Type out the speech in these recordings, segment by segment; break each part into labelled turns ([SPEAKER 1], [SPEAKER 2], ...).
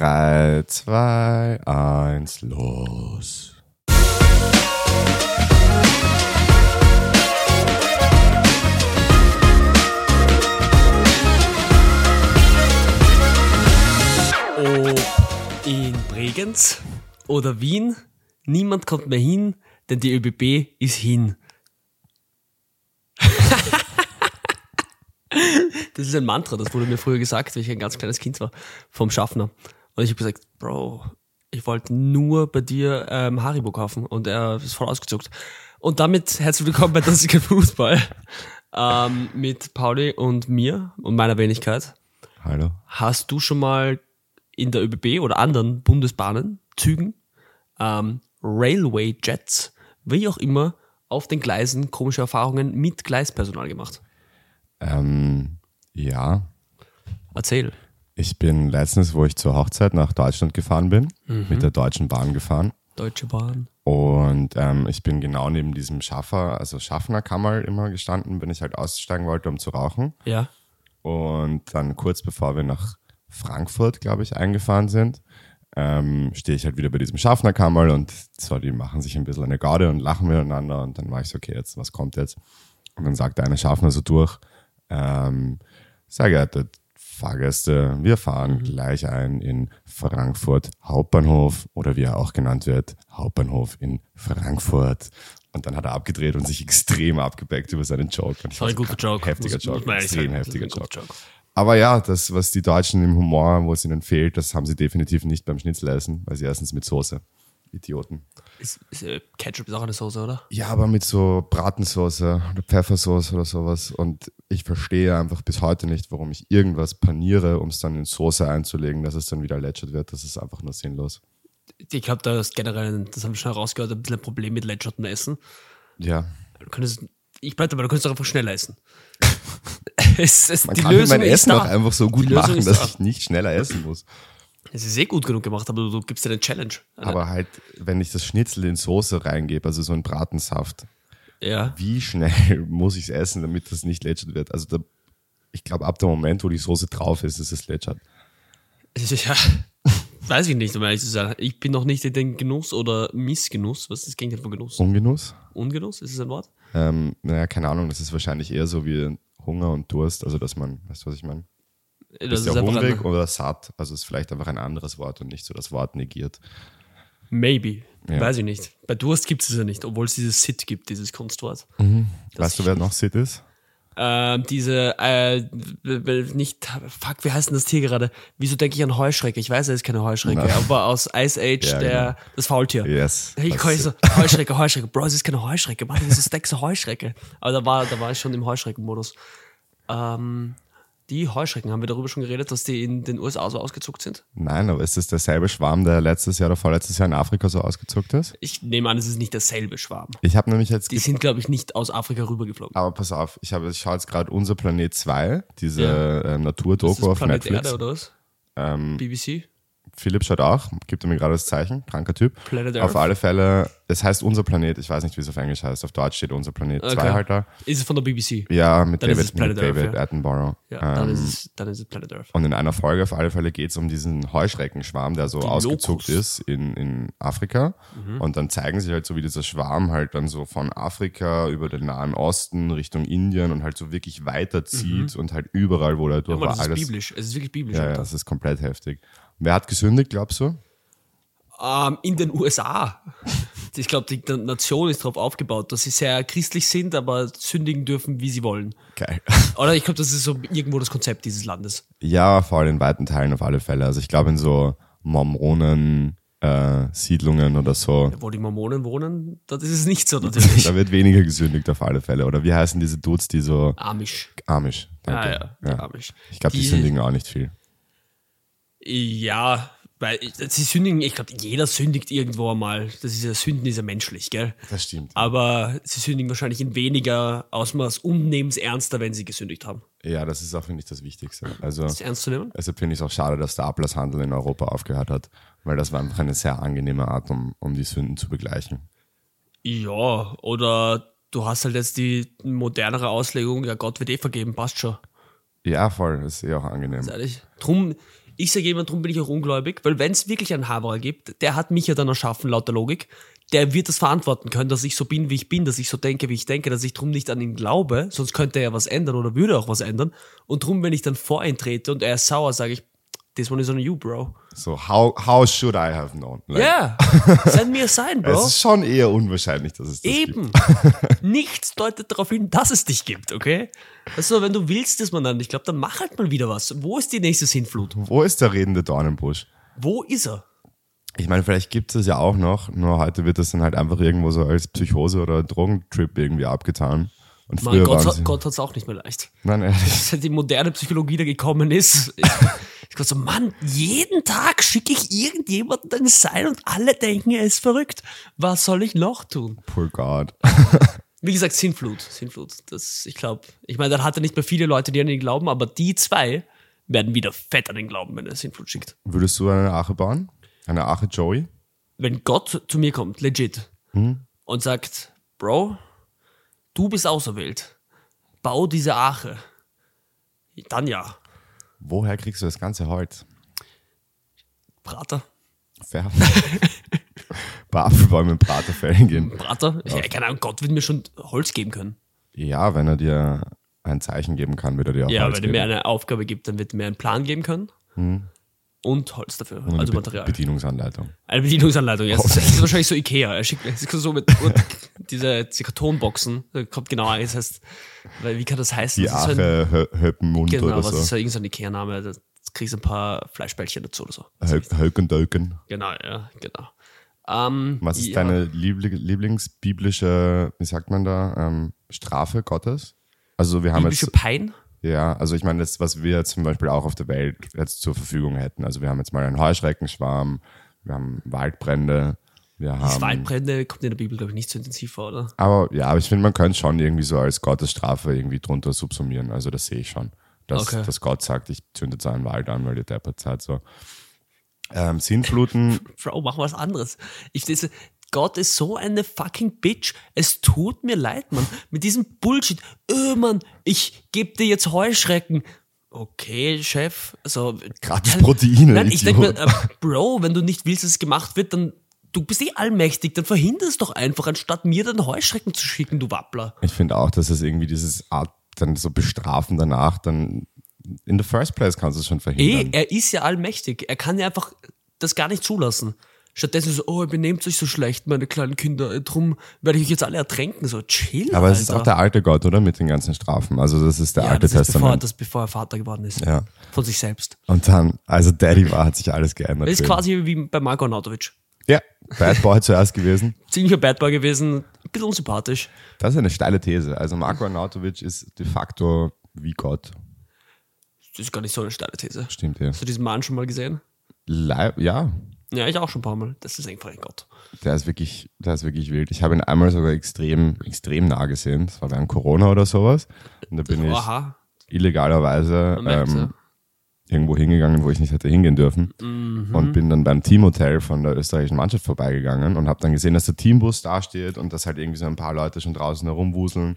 [SPEAKER 1] 3, 2, 1, los.
[SPEAKER 2] Ob in Bregenz oder Wien, niemand kommt mehr hin, denn die ÖBB ist hin. das ist ein Mantra, das wurde mir früher gesagt, als ich ein ganz kleines Kind war, vom Schaffner. Und ich habe gesagt, Bro, ich wollte nur bei dir ähm, Haribo kaufen und er ist voll ausgezuckt. Und damit herzlich willkommen bei Das ist kein Fußball ähm, mit Pauli und mir und meiner Wenigkeit.
[SPEAKER 1] Hallo.
[SPEAKER 2] Hast du schon mal in der ÖBB oder anderen Bundesbahnen, Zügen, ähm, Railway Jets, wie auch immer, auf den Gleisen komische Erfahrungen mit Gleispersonal gemacht?
[SPEAKER 1] Ähm, ja,
[SPEAKER 2] Erzähl.
[SPEAKER 1] ich bin letztens, wo ich zur Hochzeit nach Deutschland gefahren bin, mit der Deutschen Bahn gefahren.
[SPEAKER 2] Deutsche Bahn.
[SPEAKER 1] Und ähm, ich bin genau neben diesem Schaffer, also Schaffnerkammerl immer gestanden, wenn ich halt aussteigen wollte, um zu rauchen.
[SPEAKER 2] Ja.
[SPEAKER 1] Und dann kurz bevor wir nach Frankfurt, glaube ich, eingefahren sind, ähm, stehe ich halt wieder bei diesem Schaffnerkammerl und so, die machen sich ein bisschen eine Garde und lachen miteinander. Und dann war ich so, okay, jetzt, was kommt jetzt? Und dann sagt der eine Schaffner so durch, ähm, sehr geehrte Fahrgäste, wir
[SPEAKER 2] Mhm.
[SPEAKER 1] fahren gleich ein in Frankfurt Hauptbahnhof oder wie er auch genannt wird, Hauptbahnhof in Frankfurt. Und dann hat er abgedreht und sich extrem abgebeckt über seinen Joke. Und ich war
[SPEAKER 2] War ein
[SPEAKER 1] so,
[SPEAKER 2] guter Joke.
[SPEAKER 1] Heftiger
[SPEAKER 2] Muss- muss
[SPEAKER 1] Joke,
[SPEAKER 2] man ehrlich
[SPEAKER 1] extrem
[SPEAKER 2] sagen, das ist
[SPEAKER 1] heftiger
[SPEAKER 2] ein guter
[SPEAKER 1] Joke.
[SPEAKER 2] Joke.
[SPEAKER 1] Aber ja, das, was die Deutschen im Humor, wo es ihnen fehlt, das haben sie definitiv nicht beim Schnitzel essen, weil sie erstens mit Soße. Idioten.
[SPEAKER 2] Ist, ist, äh, Ketchup ist auch eine Soße, oder?
[SPEAKER 1] Ja, aber mit so Bratensoße oder Pfeffersoße oder sowas. Und ich verstehe einfach bis heute nicht, warum ich irgendwas paniere, um es dann in Soße einzulegen, dass es dann wieder lätschert wird. Das ist einfach nur sinnlos.
[SPEAKER 2] Ich glaube, da ist generell, ein- das haben wir schon herausgehört, ein bisschen ein Problem mit Ledgerton essen.
[SPEAKER 1] Ja.
[SPEAKER 2] Du könntest, ich bleibe dabei, du könntest doch einfach schneller essen. es, es,
[SPEAKER 1] Man
[SPEAKER 2] die
[SPEAKER 1] kann
[SPEAKER 2] Lösung
[SPEAKER 1] mein
[SPEAKER 2] ist
[SPEAKER 1] Essen
[SPEAKER 2] da.
[SPEAKER 1] auch einfach so gut
[SPEAKER 2] Die Lösung
[SPEAKER 1] machen,
[SPEAKER 2] ist
[SPEAKER 1] dass
[SPEAKER 2] da.
[SPEAKER 1] ich nicht schneller essen muss.
[SPEAKER 2] Es ist eh gut genug gemacht, aber du gibst dir eine Challenge. Eine-
[SPEAKER 1] Aber halt, wenn ich das Schnitzel in Soße reingebe, also so einen Bratensaft,
[SPEAKER 2] ja.
[SPEAKER 1] wie schnell muss ich es essen, damit das nicht lätschert wird? Also da, ich glaube, ab dem Moment, wo die Soße drauf ist, ist es lätschert.
[SPEAKER 2] Ja, weiß ich nicht, um ehrlich zu sein. Ich bin noch nicht in den Genuss oder Missgenuss. Was ist das Gegenteil von Genuss?
[SPEAKER 1] Ungenuss?
[SPEAKER 2] Ungenuss? Ist es ein Wort?
[SPEAKER 1] Ähm, naja, keine Ahnung, das ist wahrscheinlich eher so wie Hunger und Durst, also dass man, weißt du, was ich meine?
[SPEAKER 2] Das
[SPEAKER 1] Ist ja
[SPEAKER 2] einfach
[SPEAKER 1] hungrig
[SPEAKER 2] ein,
[SPEAKER 1] oder satt, also ist vielleicht einfach ein anderes Wort und nicht so das Wort negiert.
[SPEAKER 2] Maybe.
[SPEAKER 1] Ja.
[SPEAKER 2] Weiß ich nicht. Bei Durst gibt es es ja nicht, obwohl es dieses Sit gibt, dieses Kunstwort.
[SPEAKER 1] Mhm. weißt du, wer noch sit ist?
[SPEAKER 2] Ähm, diese, äh, nicht, fuck, wie heißt denn das Tier gerade? Wieso denke ich an Heuschrecke? Ich weiß, er ist keine Heuschrecke,
[SPEAKER 1] Na.
[SPEAKER 2] aber aus Ice Age,
[SPEAKER 1] Ja, genau.
[SPEAKER 2] der, das Faultier.
[SPEAKER 1] Yes.
[SPEAKER 2] Ich
[SPEAKER 1] das
[SPEAKER 2] kann
[SPEAKER 1] ist
[SPEAKER 2] so, Heuschrecke, Heuschrecke. Bro, es ist keine Heuschrecke. Mann, das ist Dex Heuschrecke. Aber da war, da war ich schon im Heuschreckenmodus. Ähm, die Heuschrecken, haben wir darüber schon geredet, dass die in den USA so ausgezuckt sind?
[SPEAKER 1] Nein, aber ist es derselbe Schwarm, der letztes Jahr oder vorletztes Jahr in Afrika so ausgezuckt ist?
[SPEAKER 2] Ich nehme an, es ist nicht derselbe Schwarm.
[SPEAKER 1] Ich habe nämlich jetzt
[SPEAKER 2] Die sind, glaube ich, nicht aus Afrika rübergeflogen.
[SPEAKER 1] Aber pass auf, ich, habe, ich schaue jetzt gerade Unser Planet 2, diese ähm,
[SPEAKER 2] Ist
[SPEAKER 1] Naturdoku
[SPEAKER 2] das
[SPEAKER 1] auf
[SPEAKER 2] Planet
[SPEAKER 1] Netflix. Ähm,
[SPEAKER 2] Erde oder was? BBC?
[SPEAKER 1] Philipp schaut auch, gibt mir gerade das Zeichen, kranker Typ.
[SPEAKER 2] Planet Earth?
[SPEAKER 1] auf alle Fälle, es heißt Unser Planet, ich weiß nicht, wie es auf Englisch heißt, auf Deutsch steht Unser Planet 2
[SPEAKER 2] Okay.
[SPEAKER 1] halt da.
[SPEAKER 2] Ist es von der BBC?
[SPEAKER 1] Ja, mit
[SPEAKER 2] Dann ist es
[SPEAKER 1] David,
[SPEAKER 2] Planet
[SPEAKER 1] mit David
[SPEAKER 2] Earth, ja.
[SPEAKER 1] Attenborough.
[SPEAKER 2] Ja, dann,
[SPEAKER 1] Ähm,
[SPEAKER 2] ist es, dann ist es Planet Earth.
[SPEAKER 1] und in einer Folge auf alle Fälle geht es um diesen Heuschreckenschwarm, der so ausgezuckt
[SPEAKER 2] Locusts.
[SPEAKER 1] ist in, in Afrika.
[SPEAKER 2] Mhm.
[SPEAKER 1] Und dann zeigen sich halt so, wie dieser Schwarm halt dann so von Afrika über den Nahen Osten Richtung Indien und halt so wirklich weiterzieht und halt überall, wo der
[SPEAKER 2] Mhm. Ja,
[SPEAKER 1] durch
[SPEAKER 2] Mann,
[SPEAKER 1] war,
[SPEAKER 2] das ist
[SPEAKER 1] alles.
[SPEAKER 2] biblisch. Es ist wirklich biblisch.
[SPEAKER 1] Ja, ja,
[SPEAKER 2] Alter.
[SPEAKER 1] das ist komplett heftig. Wer hat gesündigt, glaubst du?
[SPEAKER 2] Ähm, in den USA. Ich glaube, die Nation ist darauf aufgebaut, dass sie sehr christlich sind, aber sündigen dürfen, wie sie wollen.
[SPEAKER 1] Geil.
[SPEAKER 2] Oder ich glaube, das ist so irgendwo das Konzept dieses Landes.
[SPEAKER 1] Ja, vor allem in weiten Teilen auf alle Fälle. Also ich glaube in so Mormonen äh, Siedlungen oder so,
[SPEAKER 2] Wo die Mormonen wohnen, das ist es nicht so natürlich.
[SPEAKER 1] da wird weniger gesündigt auf alle Fälle. Oder wie heißen diese Dudes, die so
[SPEAKER 2] Amish.
[SPEAKER 1] Amish? Danke.
[SPEAKER 2] Ah, ja, die Amish.
[SPEAKER 1] Ich glaube, die,
[SPEAKER 2] Die-
[SPEAKER 1] sündigen auch nicht viel.
[SPEAKER 2] Ja, weil äh, sie sündigen, ich glaube, jeder sündigt irgendwo einmal. Das ist ja Sünden ist ja menschlich, gell?
[SPEAKER 1] Das stimmt.
[SPEAKER 2] Ah. Aber sie sündigen wahrscheinlich in weniger Ausmaß und nehmen es ernster, wenn sie gesündigt haben.
[SPEAKER 1] Ja, das ist auch finde ich das Wichtigste. Also
[SPEAKER 2] Ist ernst zu nehmen?
[SPEAKER 1] deshalb finde ich es auch schade, dass der Ablasshandel in Europa aufgehört hat, weil das war einfach eine sehr angenehme Art, um, um die Sünden zu begleichen.
[SPEAKER 2] Ja, oder du hast halt jetzt die modernere Auslegung, ja Gott wird eh vergeben, passt schon.
[SPEAKER 1] Ja, voll, das ist eh auch angenehm.
[SPEAKER 2] Ehrlich. Drum, Ich sage jemand, drum bin ich auch ungläubig, weil wenn es wirklich einen Haberer gibt, der hat mich ja dann erschaffen, laut der Logik, der wird das verantworten können, dass ich so bin, wie ich bin, dass ich so denke, wie ich denke, dass ich drum nicht an ihn glaube, sonst könnte er ja was ändern oder würde auch was ändern. Und drum, wenn ich dann vor ihn trete und er ist sauer, sage ich, this one is on you, bro.
[SPEAKER 1] So, how, how should I have known? Like,
[SPEAKER 2] Ja, send mir a sign, bro.
[SPEAKER 1] Es ist schon eher unwahrscheinlich, dass es das gibt.
[SPEAKER 2] Eben. Nichts deutet darauf hin, dass es dich gibt, okay? Also, wenn du willst, dass man dann, ich glaube, dann mach halt mal wieder was. Wo ist die nächste Sinnflut?
[SPEAKER 1] Wo ist der redende Dornenbusch?
[SPEAKER 2] Wo ist er?
[SPEAKER 1] Ich meine, vielleicht gibt es das ja auch noch, nur heute wird das dann halt einfach irgendwo so als Psychose oder Drogentrip irgendwie abgetan. Und
[SPEAKER 2] Mein
[SPEAKER 1] früher
[SPEAKER 2] Gott,
[SPEAKER 1] waren
[SPEAKER 2] hat-
[SPEAKER 1] sie,
[SPEAKER 2] Gott hat es auch nicht mehr leicht.
[SPEAKER 1] Nein, ehrlich.
[SPEAKER 2] Seit die moderne Psychologie da gekommen ist. Ich, ich glaub so, Mann, jeden Tag schicke ich irgendjemanden ein Seil und alle denken, er ist verrückt. Was soll ich noch tun?
[SPEAKER 1] Poor God.
[SPEAKER 2] Wie gesagt, Sinnflut. Sinnflut. Das, ich glaube, ich meine, dann hat er nicht mehr viele Leute, die an ihn glauben, aber die zwei werden wieder fett an den glauben, wenn er Sinnflut schickt.
[SPEAKER 1] Würdest du eine Ache bauen? Eine Ache Joey?
[SPEAKER 2] wenn Gott zu mir kommt, legit,
[SPEAKER 1] Hm?
[SPEAKER 2] und sagt, Bro, du bist auserwählt, bau diese Arche, dann ja,
[SPEAKER 1] Woher kriegst du das ganze Holz?
[SPEAKER 2] Prater,
[SPEAKER 1] Fair. Bei Apfelbäumen in Praterfällen gehen.
[SPEAKER 2] Prater, ja. keine Ahnung, Gott wird mir schon Holz geben können.
[SPEAKER 1] Ja, wenn er dir ein Zeichen geben kann, wird er dir auch
[SPEAKER 2] Ja,
[SPEAKER 1] Holz
[SPEAKER 2] wenn
[SPEAKER 1] geben.
[SPEAKER 2] er mir eine Aufgabe gibt, dann wird er mir einen Plan geben können und Holz dafür,
[SPEAKER 1] Und eine
[SPEAKER 2] also
[SPEAKER 1] Be- Oh.
[SPEAKER 2] Material.
[SPEAKER 1] Bedienungsanleitung.
[SPEAKER 2] Eine Bedienungsanleitung. Jetzt das ist wahrscheinlich so Ikea. Er schickt mir es ist so mit und diese, diese Kartonboxen. Da kommt genau eins. Das heißt, weil, wie kann das heißen?
[SPEAKER 1] Die
[SPEAKER 2] das ist so ein-
[SPEAKER 1] Ache Hö- Höppenmund
[SPEAKER 2] Genau,
[SPEAKER 1] oder
[SPEAKER 2] was ist
[SPEAKER 1] so.
[SPEAKER 2] ja irgendein Ikea-Name, da kriegst du ein paar Fleischbällchen dazu oder so.
[SPEAKER 1] Hö- Höckendöken.
[SPEAKER 2] Genau, ja, genau. Ähm,
[SPEAKER 1] Was ist
[SPEAKER 2] ja,
[SPEAKER 1] deine Liebli Lieblingsbiblische, wie sagt man da, ähm, Strafe Gottes? Also wir haben
[SPEAKER 2] biblische
[SPEAKER 1] jetzt,
[SPEAKER 2] Pein?
[SPEAKER 1] ja, also ich meine, das, was wir zum Beispiel auch auf der Welt jetzt zur Verfügung hätten. Also wir haben jetzt mal einen Heuschreckenschwarm, wir haben Waldbrände, wir
[SPEAKER 2] Das
[SPEAKER 1] haben.
[SPEAKER 2] Waldbrände kommt in der Bibel, glaube ich, nicht so intensiv vor, oder?
[SPEAKER 1] Aber ja, aber ich finde, man könnte schon irgendwie so als Gottesstrafe irgendwie drunter subsumieren. Also das sehe ich schon. Dass,
[SPEAKER 2] Okay.
[SPEAKER 1] dass Gott sagt, ich zünde jetzt einen Wald an, weil ihr deppert seid so. Ähm, Sintfluten,
[SPEAKER 2] Bro, mach was anderes. Ich das, Gott ist so eine fucking Bitch. Es tut mir leid, Mann. Mit diesem Bullshit. Öh, Mann, ich geb dir jetzt Heuschrecken. Okay, Chef. Also,
[SPEAKER 1] Gratis Proteine,
[SPEAKER 2] Nein, ich denke
[SPEAKER 1] Idiot.
[SPEAKER 2] mir, äh, Bro, wenn du nicht willst, dass es gemacht wird, dann du bist eh allmächtig, dann verhinder es doch einfach, anstatt mir dann Heuschrecken zu schicken, du Wappler.
[SPEAKER 1] Ich finde auch, dass es irgendwie dieses Art dann so bestrafen danach, dann in the first place kannst du es schon
[SPEAKER 2] Eh,
[SPEAKER 1] verhindern.
[SPEAKER 2] er ist ja allmächtig. Er kann ja einfach das gar nicht zulassen. Stattdessen so, oh, ihr benehmt euch so schlecht, meine kleinen Kinder, drum werde ich euch jetzt alle ertränken. So, chill.
[SPEAKER 1] Aber es
[SPEAKER 2] eh, Alter.
[SPEAKER 1] ist auch der alte Gott, oder? Mit den ganzen Strafen. Also das ist der
[SPEAKER 2] ja,
[SPEAKER 1] alte
[SPEAKER 2] das ist bevor,
[SPEAKER 1] Testament.
[SPEAKER 2] das, bevor er Vater geworden ist.
[SPEAKER 1] Ja.
[SPEAKER 2] Von sich selbst.
[SPEAKER 1] Und dann, also Daddy war, hat sich alles geändert.
[SPEAKER 2] Das ist
[SPEAKER 1] für ihn.
[SPEAKER 2] quasi wie bei Marko Nautovic.
[SPEAKER 1] ja, Bad Boy zuerst gewesen.
[SPEAKER 2] Ziemlicher Bad Boy gewesen, ein bisschen unsympathisch.
[SPEAKER 1] Das ist eine steile These. Also Marko Arnautovic ist de facto wie Gott.
[SPEAKER 2] Das ist gar nicht so eine steile These. Hast
[SPEAKER 1] Stimmt ja.
[SPEAKER 2] du diesen Mann schon mal gesehen?
[SPEAKER 1] Leib, ja,
[SPEAKER 2] Ja, ich auch schon ein paar Mal. Das ist einfach ein Gott.
[SPEAKER 1] der ist wirklich, der ist wirklich wild. Ich habe ihn einmal sogar extrem, extrem nah gesehen. Das war während Corona oder sowas. Und da bin ich
[SPEAKER 2] Aha.
[SPEAKER 1] illegalerweise
[SPEAKER 2] merkt's,
[SPEAKER 1] ähm, irgendwo hingegangen, wo ich nicht hätte hingehen dürfen.
[SPEAKER 2] Mhm.
[SPEAKER 1] Und bin dann beim Teamhotel von der österreichischen Mannschaft vorbeigegangen und habe dann gesehen, dass der Teambus da steht und dass halt irgendwie so ein paar Leute schon draußen herumwuseln.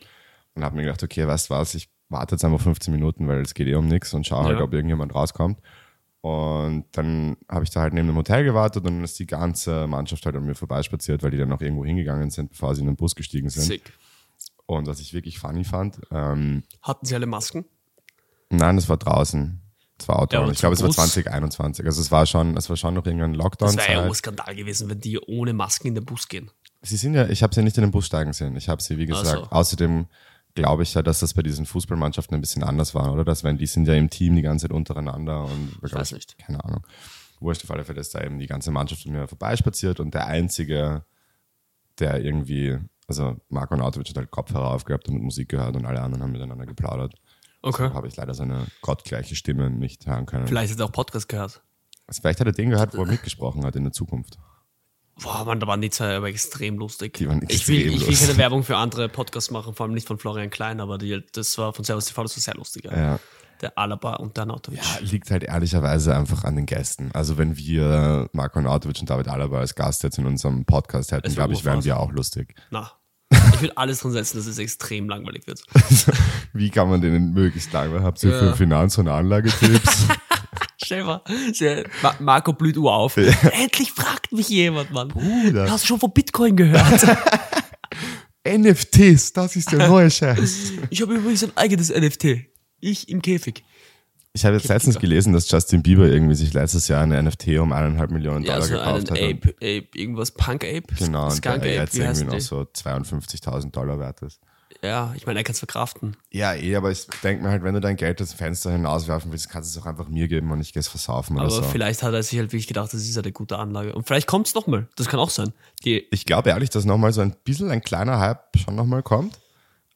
[SPEAKER 1] Und habe mir gedacht, okay, weißt du was, ich warte jetzt einfach 15 Minuten, weil es geht eh um nichts und schaue halt,
[SPEAKER 2] Ja.
[SPEAKER 1] ob irgendjemand rauskommt. Und dann habe ich da halt neben dem Hotel gewartet und dann ist die ganze Mannschaft halt an mir vorbeispaziert, weil die dann noch irgendwo hingegangen sind, bevor sie in den Bus gestiegen sind.
[SPEAKER 2] Sick.
[SPEAKER 1] Und was ich wirklich funny fand, ähm,
[SPEAKER 2] Hatten sie alle Masken?
[SPEAKER 1] Nein, das war draußen. Das war Outdoor.
[SPEAKER 2] Ja, aber
[SPEAKER 1] ich glaube, es war
[SPEAKER 2] zum Bus-
[SPEAKER 1] 2021. Also es war schon, es war schon noch irgendein
[SPEAKER 2] Das wäre ja auch ein
[SPEAKER 1] Lockdown-Zeit.
[SPEAKER 2] Skandal gewesen, wenn die ohne Masken in den Bus gehen.
[SPEAKER 1] Sie sind ja, ich habe sie nicht in den Bus steigen sehen. Ich habe sie, wie gesagt,
[SPEAKER 2] so.
[SPEAKER 1] außerdem glaube ich ja, dass das bei diesen Fußballmannschaften ein bisschen anders war, oder? Dass wenn die sind ja im Team die ganze Zeit untereinander und ich
[SPEAKER 2] weiß nicht.
[SPEAKER 1] Keine Ahnung. Wurscht auf alle Fälle ist da eben die ganze Mannschaft mit mir vorbeispaziert und der einzige, der irgendwie, also Marco Nautovic hat halt Kopfhörer aufgehabt und Musik gehört und alle anderen haben miteinander geplaudert.
[SPEAKER 2] Okay.
[SPEAKER 1] Habe ich leider seine gottgleiche Stimme nicht hören können.
[SPEAKER 2] Vielleicht hat er auch Podcast gehört.
[SPEAKER 1] Also vielleicht hat er den gehört, wo er mitgesprochen hat in der Zukunft.
[SPEAKER 2] Boah, Mann, da waren die zwei aber extrem lustig.
[SPEAKER 1] Die waren
[SPEAKER 2] ich,
[SPEAKER 1] extrem
[SPEAKER 2] will, ich will
[SPEAKER 1] lustig.
[SPEAKER 2] keine Werbung für andere Podcasts machen, vor allem nicht von Florian Klein, aber die, das war von Servus TV, das war sehr lustig. Ja.
[SPEAKER 1] Ja.
[SPEAKER 2] Der Alaba und der Nautovic.
[SPEAKER 1] Liegt halt ehrlicherweise einfach an den Gästen. Also wenn wir Marco Nautovic und David Alaba als Gast jetzt in unserem Podcast hätten,
[SPEAKER 2] Es wär
[SPEAKER 1] glaube ich, wären
[SPEAKER 2] Urfass.
[SPEAKER 1] wir auch lustig.
[SPEAKER 2] Na, ich will alles dran setzen, dass es extrem langweilig wird.
[SPEAKER 1] Wie kann man denen möglichst lang? Was habt ihr
[SPEAKER 2] Ja.
[SPEAKER 1] für Finanz- und Anlagetipps?
[SPEAKER 2] Schäfer. Sie- Ma Marco blüht Uhr auf. Endlich fragt mich jemand, Mann.
[SPEAKER 1] Bruder.
[SPEAKER 2] Hast du schon von Bitcoin gehört?
[SPEAKER 1] NFTs, das ist der neue Scheiß.
[SPEAKER 2] ich habe übrigens ein eigenes NFT. Ich im Käfig.
[SPEAKER 1] Ich habe jetzt letztens gelesen, dass Justin Bieber irgendwie sich letztes Jahr eine NFT um eineinhalb Millionen
[SPEAKER 2] Ja,
[SPEAKER 1] Dollar
[SPEAKER 2] also einen
[SPEAKER 1] gekauft hat. und-
[SPEAKER 2] Ape, Ape, irgendwas Punk Ape.
[SPEAKER 1] Genau, und
[SPEAKER 2] Skunk
[SPEAKER 1] der
[SPEAKER 2] Ape,
[SPEAKER 1] jetzt
[SPEAKER 2] wie
[SPEAKER 1] irgendwie
[SPEAKER 2] heißen
[SPEAKER 1] noch
[SPEAKER 2] die?
[SPEAKER 1] so 52.000 Dollar wert ist.
[SPEAKER 2] Ja, ich meine, er kann es verkraften.
[SPEAKER 1] Ja, eh, aber ich denke mir halt, wenn du dein Geld das Fenster hinauswerfen willst, kannst du es auch einfach mir geben und ich gehe es versaufen
[SPEAKER 2] Aber
[SPEAKER 1] oder so.
[SPEAKER 2] vielleicht hat er sich halt wirklich gedacht, das ist halt eine gute Anlage. Und vielleicht kommt es nochmal. Das kann auch sein. Die,
[SPEAKER 1] Ich glaube ehrlich, dass nochmal so ein bisschen ein kleiner Hype schon nochmal kommt.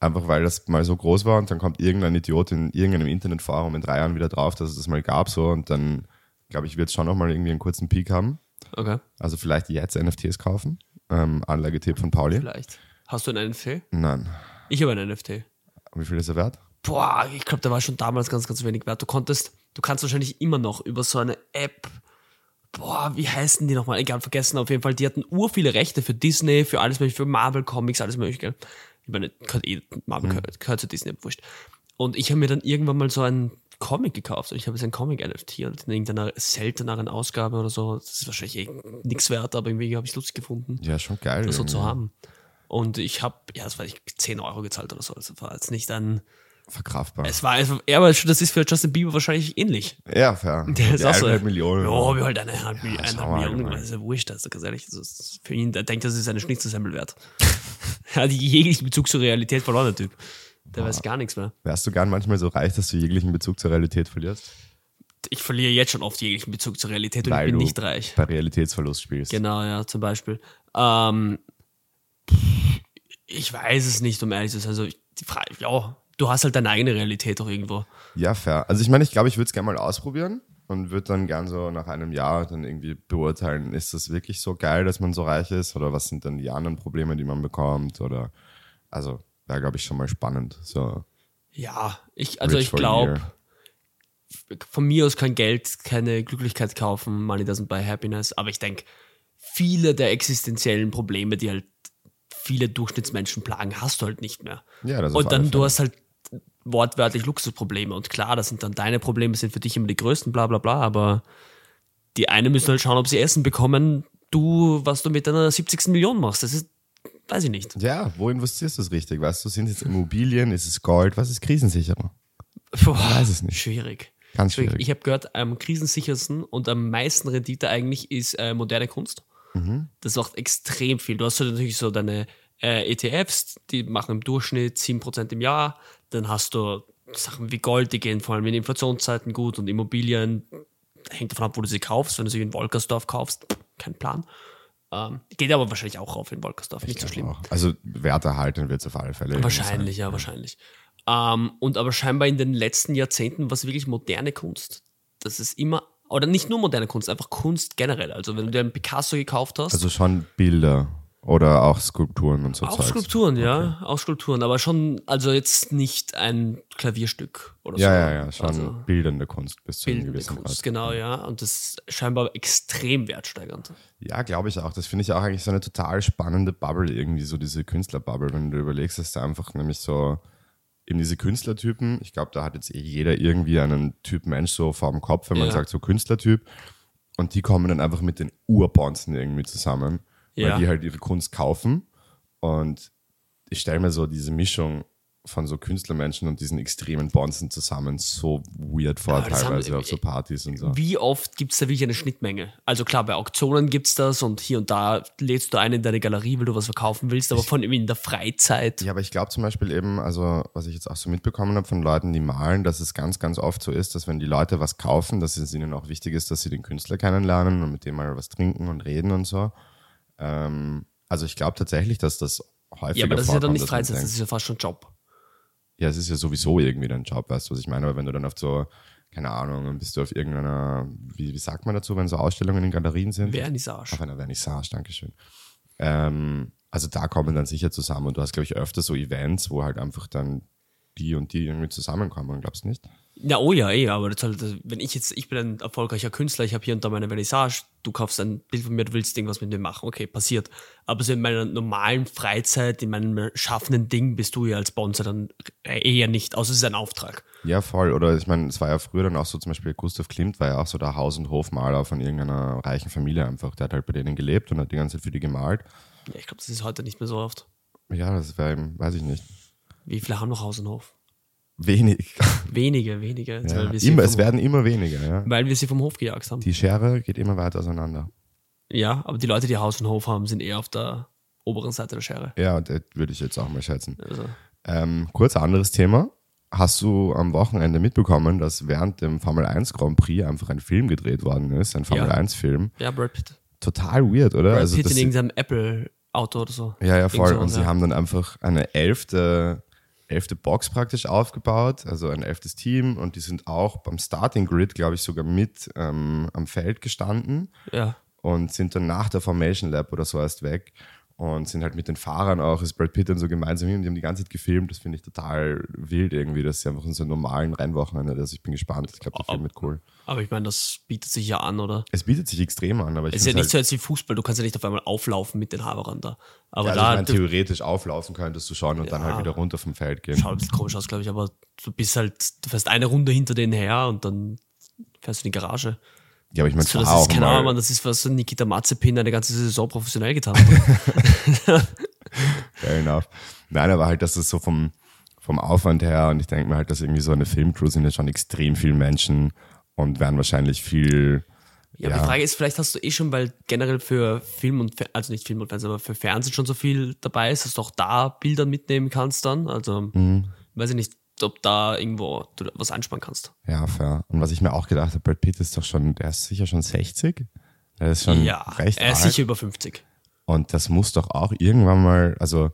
[SPEAKER 1] Einfach weil das mal so groß war und dann kommt irgendein Idiot in irgendeinem Internetforum in drei Jahren wieder drauf, dass es das mal gab so und dann, glaube ich, wird es schon nochmal irgendwie einen kurzen Peak haben.
[SPEAKER 2] okay,
[SPEAKER 1] Also vielleicht jetzt NFTs kaufen. Ähm, Anlagetipp von Pauli.
[SPEAKER 2] vielleicht. Hast du einen NFT?
[SPEAKER 1] Nein.
[SPEAKER 2] Ich habe einen NFT.
[SPEAKER 1] Wie viel ist er wert?
[SPEAKER 2] Boah, ich glaube, der war schon damals ganz, ganz wenig wert. Du konntest, du kannst wahrscheinlich immer noch über so eine App. Boah, wie heißen die nochmal? Egal, vergessen auf jeden Fall. Die hatten ur viele Rechte für Disney, für alles mögliche, für Marvel Comics, alles mögliche. Ich meine, gehört eh, Marvel gehört, gehört zu Disney, wurscht. Und ich habe mir dann irgendwann mal so einen Comic gekauft. Und ich habe jetzt einen Comic-NFT und in irgendeiner selteneren Ausgabe oder so. Das ist wahrscheinlich eh nichts wert, aber irgendwie habe ich es lustig gefunden
[SPEAKER 1] Ja, schon geil.
[SPEAKER 2] so zu
[SPEAKER 1] irgendwie.
[SPEAKER 2] haben. Und ich habe, ja, das war ich 10 Euro gezahlt oder so. Also war jetzt nicht ein.
[SPEAKER 1] Verkraftbar.
[SPEAKER 2] Es war einfach, ja, aber das ist für Justin Bieber wahrscheinlich ähnlich.
[SPEAKER 1] ja, fair.
[SPEAKER 2] Der ist
[SPEAKER 1] Die
[SPEAKER 2] auch so.
[SPEAKER 1] 1,5 Millionen.
[SPEAKER 2] Ja, wir halt eineinhalb Mil-
[SPEAKER 1] das
[SPEAKER 2] eineinhalb
[SPEAKER 1] haben wir
[SPEAKER 2] Millionen.
[SPEAKER 1] allgemein.
[SPEAKER 2] Das ist ja wurscht, das ist ganz ehrlich. Das ist für ihn, der denkt, das ist eine Schnitzelsemmel wert. er hat jeglichen Bezug zur Realität verloren, der Typ. Der weiß gar nichts mehr.
[SPEAKER 1] Wärst du gern manchmal so reich, dass du jeglichen Bezug zur Realität verlierst?
[SPEAKER 2] Ich verliere jetzt schon oft jeglichen Bezug zur Realität und
[SPEAKER 1] Weil
[SPEAKER 2] ich bin
[SPEAKER 1] du-
[SPEAKER 2] nicht reich.
[SPEAKER 1] Bei Realitätsverlust spielst.
[SPEAKER 2] Genau, ja, zum Beispiel. Ähm, pff, ich weiß es nicht, um ehrlich zu sein. Also, ich, die Frage, ja, du hast halt deine eigene Realität doch irgendwo.
[SPEAKER 1] Ja, fair. Also ich meine, ich glaube, ich würde es gerne mal ausprobieren und würde dann gern so nach einem Jahr dann irgendwie beurteilen, ist das wirklich so geil, dass man so reich ist oder was sind dann die anderen Probleme, die man bekommt oder also wäre, glaube ich, schon mal spannend. So,
[SPEAKER 2] Ja, ich, also
[SPEAKER 1] rich
[SPEAKER 2] ich
[SPEAKER 1] for a
[SPEAKER 2] glaube,
[SPEAKER 1] year.
[SPEAKER 2] von mir aus kann Geld keine Glücklichkeit kaufen, Money doesn't buy happiness, aber ich denke, viele der existenziellen Probleme, die halt viele Durchschnittsmenschen plagen, hast du halt nicht mehr.
[SPEAKER 1] Ja, das auf
[SPEAKER 2] Und dann,
[SPEAKER 1] alle
[SPEAKER 2] du
[SPEAKER 1] Fälle.
[SPEAKER 2] hast halt wortwörtlich Luxusprobleme und klar, das sind dann deine Probleme, sind für dich immer die größten, bla bla bla, aber die einen müssen halt schauen, ob sie Essen bekommen, du, was du mit deiner 70. Million machst, das ist, weiß ich nicht.
[SPEAKER 1] Ja, wo investierst du es richtig? Weißt du, sind es Immobilien, ist es Gold, was ist Krisensicherung?
[SPEAKER 2] weiß
[SPEAKER 1] es nicht.
[SPEAKER 2] Schwierig.
[SPEAKER 1] Ganz
[SPEAKER 2] Schwierig.
[SPEAKER 1] schwierig.
[SPEAKER 2] Ich habe gehört, am krisensichersten und am meisten Rendite eigentlich ist äh, moderne Kunst.
[SPEAKER 1] Mhm.
[SPEAKER 2] Das macht extrem viel. Du hast so natürlich so deine äh, ETFs, die machen im Durchschnitt 7% im Jahr. Dann hast du Sachen wie Gold, die gehen vor allem in Inflationszeiten gut und Immobilien. Hängt davon ab, wo du sie kaufst. Wenn du sie in Wolkersdorf kaufst, kein Plan. Ähm, geht aber wahrscheinlich auch rauf in Wolkersdorf, nicht so schlimm.
[SPEAKER 1] Auch. Also Wert erhalten wird es auf alle Fälle.
[SPEAKER 2] Wahrscheinlich, ja, wahrscheinlich. Ähm, und aber scheinbar in den letzten Jahrzehnten war es wirklich moderne Kunst. Das ist immer, oder nicht nur moderne Kunst, einfach Kunst generell. Also wenn du dir einen Picasso gekauft hast,
[SPEAKER 1] Also schon Bilder oder auch Skulpturen und so
[SPEAKER 2] auch
[SPEAKER 1] Zeugs.
[SPEAKER 2] Skulpturen, ja, auch Skulpturen, aber schon, also jetzt nicht ein Klavierstück oder so.
[SPEAKER 1] Ja, ja, ja, schon
[SPEAKER 2] Also
[SPEAKER 1] bildende Kunst bis zu einem
[SPEAKER 2] bildende
[SPEAKER 1] gewissen
[SPEAKER 2] Kunst,
[SPEAKER 1] Grad.
[SPEAKER 2] genau, ja. Und das ist scheinbar extrem wertsteigernd.
[SPEAKER 1] Ja, glaube ich auch. Das finde ich auch eigentlich so eine total spannende Bubble, irgendwie so diese Künstlerbubble, wenn du überlegst, dass da einfach nämlich so eben diese Künstlertypen, ich glaube, da hat jetzt eh jeder irgendwie einen Typ Mensch so vorm Kopf, wenn man
[SPEAKER 2] Ja.
[SPEAKER 1] sagt, so Künstlertyp. Und die kommen dann einfach mit den Urbonzen irgendwie zusammen,
[SPEAKER 2] Ja.
[SPEAKER 1] weil die halt ihre Kunst kaufen. Und ich stelle mir so diese Mischung von so Künstlermenschen und diesen extremen Bonzen zusammen so weird vor,
[SPEAKER 2] Aber das haben-
[SPEAKER 1] teilweise auf so Partys und so.
[SPEAKER 2] Wie oft gibt es da wirklich eine Schnittmenge? Also klar, bei Auktionen gibt es das und hier und da lädst du einen in deine Galerie, weil du was verkaufen willst, aber von ihm in der Freizeit.
[SPEAKER 1] Ja, aber ich glaube zum Beispiel eben, also was ich jetzt auch so mitbekommen habe von Leuten, die malen, dass es ganz, ganz oft so ist, dass wenn die Leute was kaufen, dass es ihnen auch wichtig ist, dass sie den Künstler kennenlernen und mit dem mal was trinken und reden und so. Ähm, also ich glaube tatsächlich, dass das häufiger
[SPEAKER 2] Ja, aber das ist ja
[SPEAKER 1] vorkommt,
[SPEAKER 2] dann nicht
[SPEAKER 1] dass man
[SPEAKER 2] Freizeit, das
[SPEAKER 1] denkt-
[SPEAKER 2] ist ja fast schon Job.
[SPEAKER 1] ja, es ist ja sowieso irgendwie dein Job, weißt du, was ich meine? Aber wenn du dann auf so, keine Ahnung, dann bist du auf irgendeiner, wie, wie sagt man dazu, wenn so Ausstellungen in Galerien sind?
[SPEAKER 2] Vernissage.
[SPEAKER 1] Auf einer Vernissage, Dankeschön. Ähm, also da kommen dann sicher zusammen und du hast, glaube ich, öfter so Events, wo halt einfach dann die und die irgendwie zusammenkommen, glaubst du nicht?
[SPEAKER 2] Ja, oh ja, eh, aber das halt, das- wenn ich jetzt, ich bin ein erfolgreicher Künstler, ich habe hier und da meine Vernissage, du kaufst ein Bild von mir, du willst irgendwas mit mir machen, okay, passiert. Aber so in meiner normalen Freizeit, in meinem schaffenden Ding bist du ja als Bonzer dann eher nicht, außer es ist ein Auftrag.
[SPEAKER 1] Ja, voll. Oder ich meine, es war ja früher dann auch so, zum Beispiel Gustav Klimt war ja auch so der Haus- und Hofmaler von irgendeiner reichen Familie einfach. Der hat halt bei denen gelebt und hat die ganze Zeit für die gemalt.
[SPEAKER 2] Ja, ich glaube, das ist heute nicht mehr so oft.
[SPEAKER 1] Ja, das war eben, weiß ich nicht.
[SPEAKER 2] Wie viele haben noch Haus und Hof?
[SPEAKER 1] Wenig.
[SPEAKER 2] Wenige, wenige. jetzt,
[SPEAKER 1] Ja,
[SPEAKER 2] weil, wir sie
[SPEAKER 1] immer, es
[SPEAKER 2] vom,
[SPEAKER 1] werden immer weniger, ja.
[SPEAKER 2] weil wir sie vom Hof gejagt haben.
[SPEAKER 1] Die Schere geht immer weiter auseinander.
[SPEAKER 2] Ja, aber die Leute, die Haus und Hof haben, sind eher auf der oberen Seite der Schere.
[SPEAKER 1] Ja, das würde ich jetzt auch mal schätzen.
[SPEAKER 2] Also,
[SPEAKER 1] Ähm, kurz ein anderes Thema. Hast du am Wochenende mitbekommen, dass während dem Formel 1 Grand Prix einfach ein Film gedreht worden ist, ein Formel
[SPEAKER 2] Ja.
[SPEAKER 1] 1 Film?
[SPEAKER 2] ja, Brad Pitt.
[SPEAKER 1] Total weird, oder?
[SPEAKER 2] Brad
[SPEAKER 1] also
[SPEAKER 2] Pitt
[SPEAKER 1] das,
[SPEAKER 2] in irgendeinem Apple-Auto oder so.
[SPEAKER 1] ja, ja, voll.
[SPEAKER 2] Irgend sowas,
[SPEAKER 1] Und sie
[SPEAKER 2] ja.
[SPEAKER 1] haben dann einfach eine elfte, elfte Box praktisch aufgebaut, also ein elftes Team. Und die sind auch beim Starting Grid, glaube ich, sogar mit ähm, am Feld gestanden.
[SPEAKER 2] Ja.
[SPEAKER 1] und sind dann nach der Formation Lab oder so erst weg und sind halt mit den Fahrern auch, ist Brad Pitt dann so gemeinsam hin und die haben die ganze Zeit gefilmt. Das finde ich total wild irgendwie, dass sie einfach in so einem normalen Rennwochenende, also ich bin gespannt, ich glaube, der Film wird cool.
[SPEAKER 2] Aber ich meine, das bietet sich ja an, oder?
[SPEAKER 1] Es bietet sich extrem an, aber ich
[SPEAKER 2] Es ist ja
[SPEAKER 1] find's
[SPEAKER 2] nicht so als wie Fußball, du kannst ja nicht auf einmal auflaufen mit den Haarern da.
[SPEAKER 1] halt,
[SPEAKER 2] Aber
[SPEAKER 1] also ich
[SPEAKER 2] da
[SPEAKER 1] mein,
[SPEAKER 2] du,
[SPEAKER 1] theoretisch auflaufen könntest du schon und dann halt wieder runter vom Feld gehen.
[SPEAKER 2] schaut ein bisschen komisch aus, glaube ich, aber du bist halt, du fährst eine Runde hinter denen her und dann fährst du in die Garage.
[SPEAKER 1] Ja, aber ich meine, fahr
[SPEAKER 2] So, das genau
[SPEAKER 1] auch
[SPEAKER 2] ist, keine Ahnung, Mann,
[SPEAKER 1] mal.
[SPEAKER 2] das ist, was so Nikita Mazepin eine ganze Saison professionell getan hat.
[SPEAKER 1] Fair enough. Nein, aber halt, das ist so vom, vom Aufwand her und ich denke mir halt, dass irgendwie so eine Filmcrew sind ja schon extrem viele Menschen und werden wahrscheinlich viel.
[SPEAKER 2] Ja, aber die Frage ist, vielleicht hast du eh schon, weil generell für Film und, Fer- also nicht Film und Fernsehen, aber für Fernsehen schon so viel dabei ist, dass du auch da Bilder mitnehmen kannst dann. Also,
[SPEAKER 1] Mhm.
[SPEAKER 2] weiß ich nicht, ob da irgendwo du was einsparen kannst.
[SPEAKER 1] Ja, fair. Und was ich mir auch gedacht habe, Brad Pitt ist doch schon, der ist sicher schon 60. Der ist schon
[SPEAKER 2] Ja,
[SPEAKER 1] Mhm. recht
[SPEAKER 2] er ist
[SPEAKER 1] alt.
[SPEAKER 2] sicher über 50.
[SPEAKER 1] Und das muss doch auch irgendwann mal, also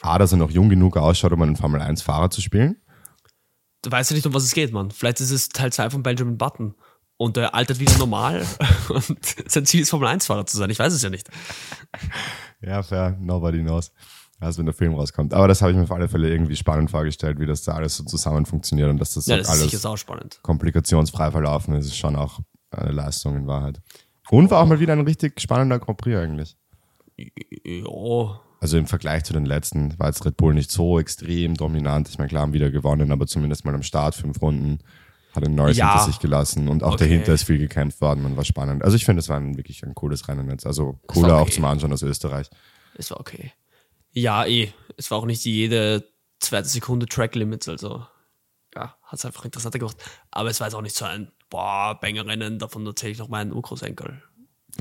[SPEAKER 1] A, dass er noch jung genug ausschaut, um einen Formel-1-Fahrer zu spielen.
[SPEAKER 2] Du weißt ja nicht, um was es geht, Mann. Vielleicht ist es Teil 2 von Benjamin Button. Und er altert wieder normal. und sein Ziel ist, Formel-1-Fahrer zu sein. Ich weiß es ja nicht.
[SPEAKER 1] Ja, fair. Nobody knows. Also wenn der Film rauskommt. Aber das habe ich mir auf alle Fälle irgendwie spannend vorgestellt, wie das da alles so zusammen funktioniert und dass das,
[SPEAKER 2] Ja,
[SPEAKER 1] so
[SPEAKER 2] das ist sicher
[SPEAKER 1] alles
[SPEAKER 2] sauspannend.
[SPEAKER 1] komplikationsfrei verlaufen ist, ist schon auch eine Leistung in Wahrheit. Und war auch mal wieder ein richtig spannender Grand Prix eigentlich.
[SPEAKER 2] Ja,
[SPEAKER 1] Also im Vergleich zu den letzten war jetzt Red Bull nicht so extrem dominant. Ich meine, klar haben wieder gewonnen, aber zumindest mal am Start fünf Runden hat ein neues
[SPEAKER 2] Ja.
[SPEAKER 1] hinter sich gelassen und auch
[SPEAKER 2] Okay.
[SPEAKER 1] dahinter ist viel gekämpft worden und war spannend. Also ich finde, es war ein, wirklich ein cooles Rennen jetzt. Also cooler
[SPEAKER 2] war
[SPEAKER 1] auch
[SPEAKER 2] okay.
[SPEAKER 1] zum Anschauen aus Österreich.
[SPEAKER 2] es war okay. Ja, eh. Es war auch nicht jede zweite Sekunde Track-Limits, also ja, hat es einfach interessanter gemacht. Aber es war jetzt auch nicht so ein, boah, Banger-Rennen, davon erzähle ich noch meinen Urgroßenkel.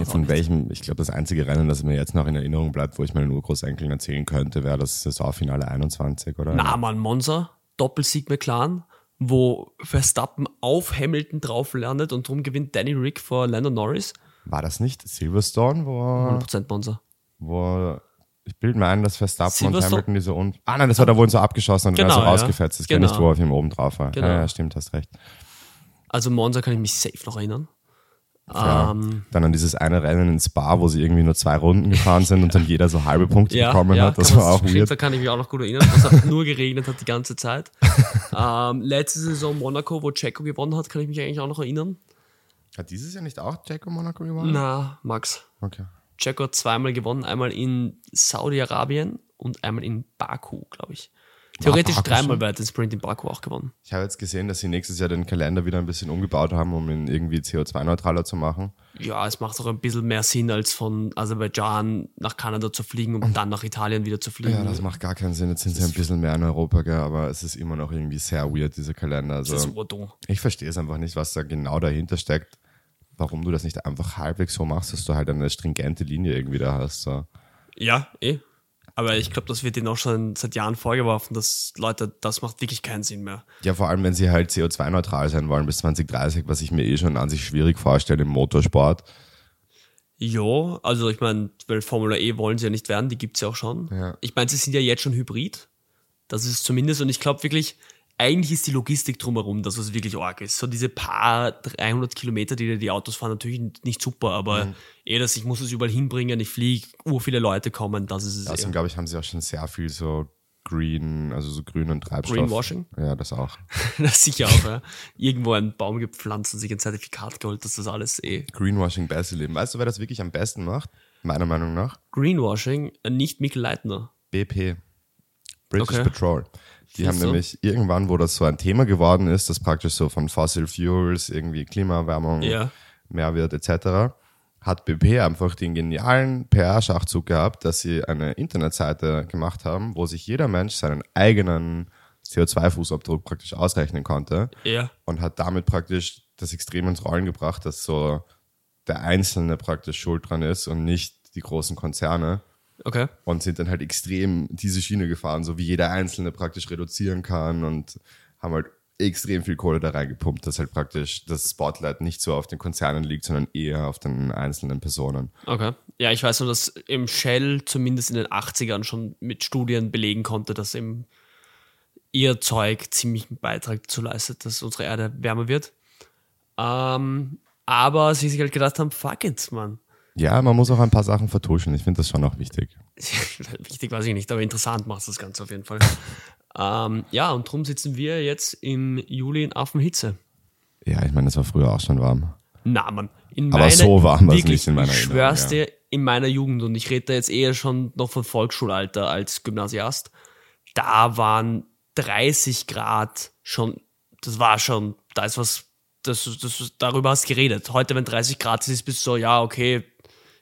[SPEAKER 1] Von welchem, ich glaube, das einzige Rennen, das mir jetzt noch in Erinnerung bleibt, wo ich meinen Urgroßenkeln erzählen könnte, wäre das Saisonfinale 21, oder?
[SPEAKER 2] Na, Mann, Monza, Doppelsieg McLaren, wo Verstappen auf Hamilton drauf landet und drum gewinnt Danny Rick vor Lando Norris.
[SPEAKER 1] War das nicht Silverstone, wo,
[SPEAKER 2] 100% Monza.
[SPEAKER 1] wo ich bilde mir ein, dass Verstappen und
[SPEAKER 2] Silverstone?
[SPEAKER 1] Hamilton diese un... Ah nein, das war da wohl so abgeschossen und dann
[SPEAKER 2] Genau,
[SPEAKER 1] so
[SPEAKER 2] ja.
[SPEAKER 1] rausgefetzt. Das genau.
[SPEAKER 2] Genau.
[SPEAKER 1] kenne ich, wo auf ihm oben drauf war.
[SPEAKER 2] Genau.
[SPEAKER 1] Ja, ja, stimmt, hast recht.
[SPEAKER 2] Also Monza kann ich mich safe noch erinnern.
[SPEAKER 1] Ja.
[SPEAKER 2] Ähm,
[SPEAKER 1] dann an dieses eine Rennen in Spa, wo sie irgendwie nur zwei Runden gefahren sind und dann jeder so halbe Punkte
[SPEAKER 2] ja,
[SPEAKER 1] bekommen
[SPEAKER 2] ja
[SPEAKER 1] hat. Das
[SPEAKER 2] kann man
[SPEAKER 1] war auch
[SPEAKER 2] sich- Da
[SPEAKER 1] weird.
[SPEAKER 2] kann ich mich auch noch gut erinnern, dass es nur geregnet hat die ganze Zeit. ähm, letzte Saison Monaco, wo Checo gewonnen hat, kann ich mich eigentlich auch noch erinnern.
[SPEAKER 1] Hat dieses Jahr nicht auch Jacko Monaco gewonnen?
[SPEAKER 2] Na, Max.
[SPEAKER 1] Okay.
[SPEAKER 2] Checo hat zweimal gewonnen, einmal in Saudi-Arabien und einmal in Baku, glaube ich. Theoretisch
[SPEAKER 1] Baku
[SPEAKER 2] dreimal weit den Sprint in Baku auch gewonnen.
[SPEAKER 1] Ich habe jetzt gesehen, dass sie nächstes Jahr den Kalender wieder ein bisschen umgebaut haben, um ihn irgendwie CO2-neutraler zu machen.
[SPEAKER 2] Ja, es macht auch ein bisschen mehr Sinn, als von Aserbaidschan nach Kanada zu fliegen und dann nach Italien wieder zu fliegen.
[SPEAKER 1] Ja, das macht gar keinen Sinn. Jetzt sind sie ein bisschen mehr in Europa, gell? aber es ist immer noch irgendwie sehr weird, dieser Kalender. Also,
[SPEAKER 2] das ist urdumm.
[SPEAKER 1] Ich verstehe es einfach nicht, was da genau dahinter steckt, warum du das nicht einfach halbwegs so machst, dass du halt eine stringente Linie irgendwie da hast. So.
[SPEAKER 2] Ja, eh. Aber ich glaube, das wird ihnen auch schon seit Jahren vorgeworfen, dass Leute, das macht wirklich keinen Sinn mehr.
[SPEAKER 1] Ja, vor allem, wenn sie halt CO2-neutral sein wollen bis 2030, was ich mir eh schon an sich schwierig vorstelle im Motorsport.
[SPEAKER 2] Ja, also ich meine, weil Formula E wollen sie ja nicht werden, die gibt's ja auch schon.
[SPEAKER 1] Ja.
[SPEAKER 2] Ich meine, sie sind ja jetzt schon hybrid. Das ist zumindest, und ich glaube wirklich, eigentlich ist die Logistik drumherum, dass es wirklich arg ist. So diese paar 300 Kilometer, die da die Autos fahren, natürlich nicht super, aber eher das, ich muss es überall hinbringen, ich fliege, ur viele Leute kommen, das ist es. eher.
[SPEAKER 1] Außerdem, glaube ich, haben sie auch schon sehr viel so Green, also so grünen Treibstoff.
[SPEAKER 2] Greenwashing?
[SPEAKER 1] Ja, das auch.
[SPEAKER 2] das ist sicher auch, ja. Irgendwo einen Baum gepflanzt und sich ein Zertifikat geholt, dass das alles eh.
[SPEAKER 1] Greenwashing beste Leben. Weißt du, wer das wirklich am besten macht? Meiner Meinung nach?
[SPEAKER 2] Greenwashing, äh, nicht Mikkel Leitner.
[SPEAKER 1] BP. British
[SPEAKER 2] Okay.
[SPEAKER 1] Petrol. Die haben
[SPEAKER 2] Siehst du?
[SPEAKER 1] nämlich irgendwann, wo das so ein Thema geworden ist, das praktisch so von Fossil Fuels, irgendwie Klimaerwärmung,
[SPEAKER 2] Ja.
[SPEAKER 1] mehr wird etc., hat BP einfach den genialen PR-Schachzug gehabt, dass sie eine Internetseite gemacht haben, wo sich jeder Mensch seinen eigenen CO2-Fußabdruck praktisch ausrechnen konnte
[SPEAKER 2] Ja.
[SPEAKER 1] und hat damit praktisch das Extrem ins Rollen gebracht, dass so der Einzelne praktisch schuld dran ist und nicht die großen Konzerne
[SPEAKER 2] Okay.
[SPEAKER 1] und sind dann halt extrem diese Schiene gefahren, so wie jeder Einzelne praktisch reduzieren kann und haben halt extrem viel Kohle da reingepumpt, dass halt praktisch das Spotlight nicht so auf den Konzernen liegt, sondern eher auf den einzelnen Personen.
[SPEAKER 2] Okay. Ja, ich weiß nur, dass im Shell zumindest in den 80ern schon mit Studien belegen konnte, dass eben ihr Zeug ziemlich einen Beitrag dazu leistet, dass unsere Erde wärmer wird. Ähm, aber sie sich halt gedacht haben, fuck it, Mann.
[SPEAKER 1] Ja, man muss auch ein paar Sachen vertuschen. Ich finde das schon auch wichtig.
[SPEAKER 2] Wichtig weiß ich nicht, aber interessant macht das Ganze auf jeden Fall. ähm, ja, und drum sitzen wir jetzt im Juli in Affenhitze.
[SPEAKER 1] Ja, ich meine, das war früher auch schon warm.
[SPEAKER 2] Na, Mann. In
[SPEAKER 1] Aber so warm war's
[SPEAKER 2] wirklich,
[SPEAKER 1] nicht in meiner
[SPEAKER 2] Ich
[SPEAKER 1] Erinnerung,
[SPEAKER 2] schwör's
[SPEAKER 1] ja.
[SPEAKER 2] dir, in meiner Jugend, und ich rede da jetzt eher schon noch von Volksschulalter als Gymnasiast, da waren 30 Grad schon, das war schon, da ist was, das, das, darüber hast du geredet. Heute, wenn 30 Grad ist, bist du so, ja, okay,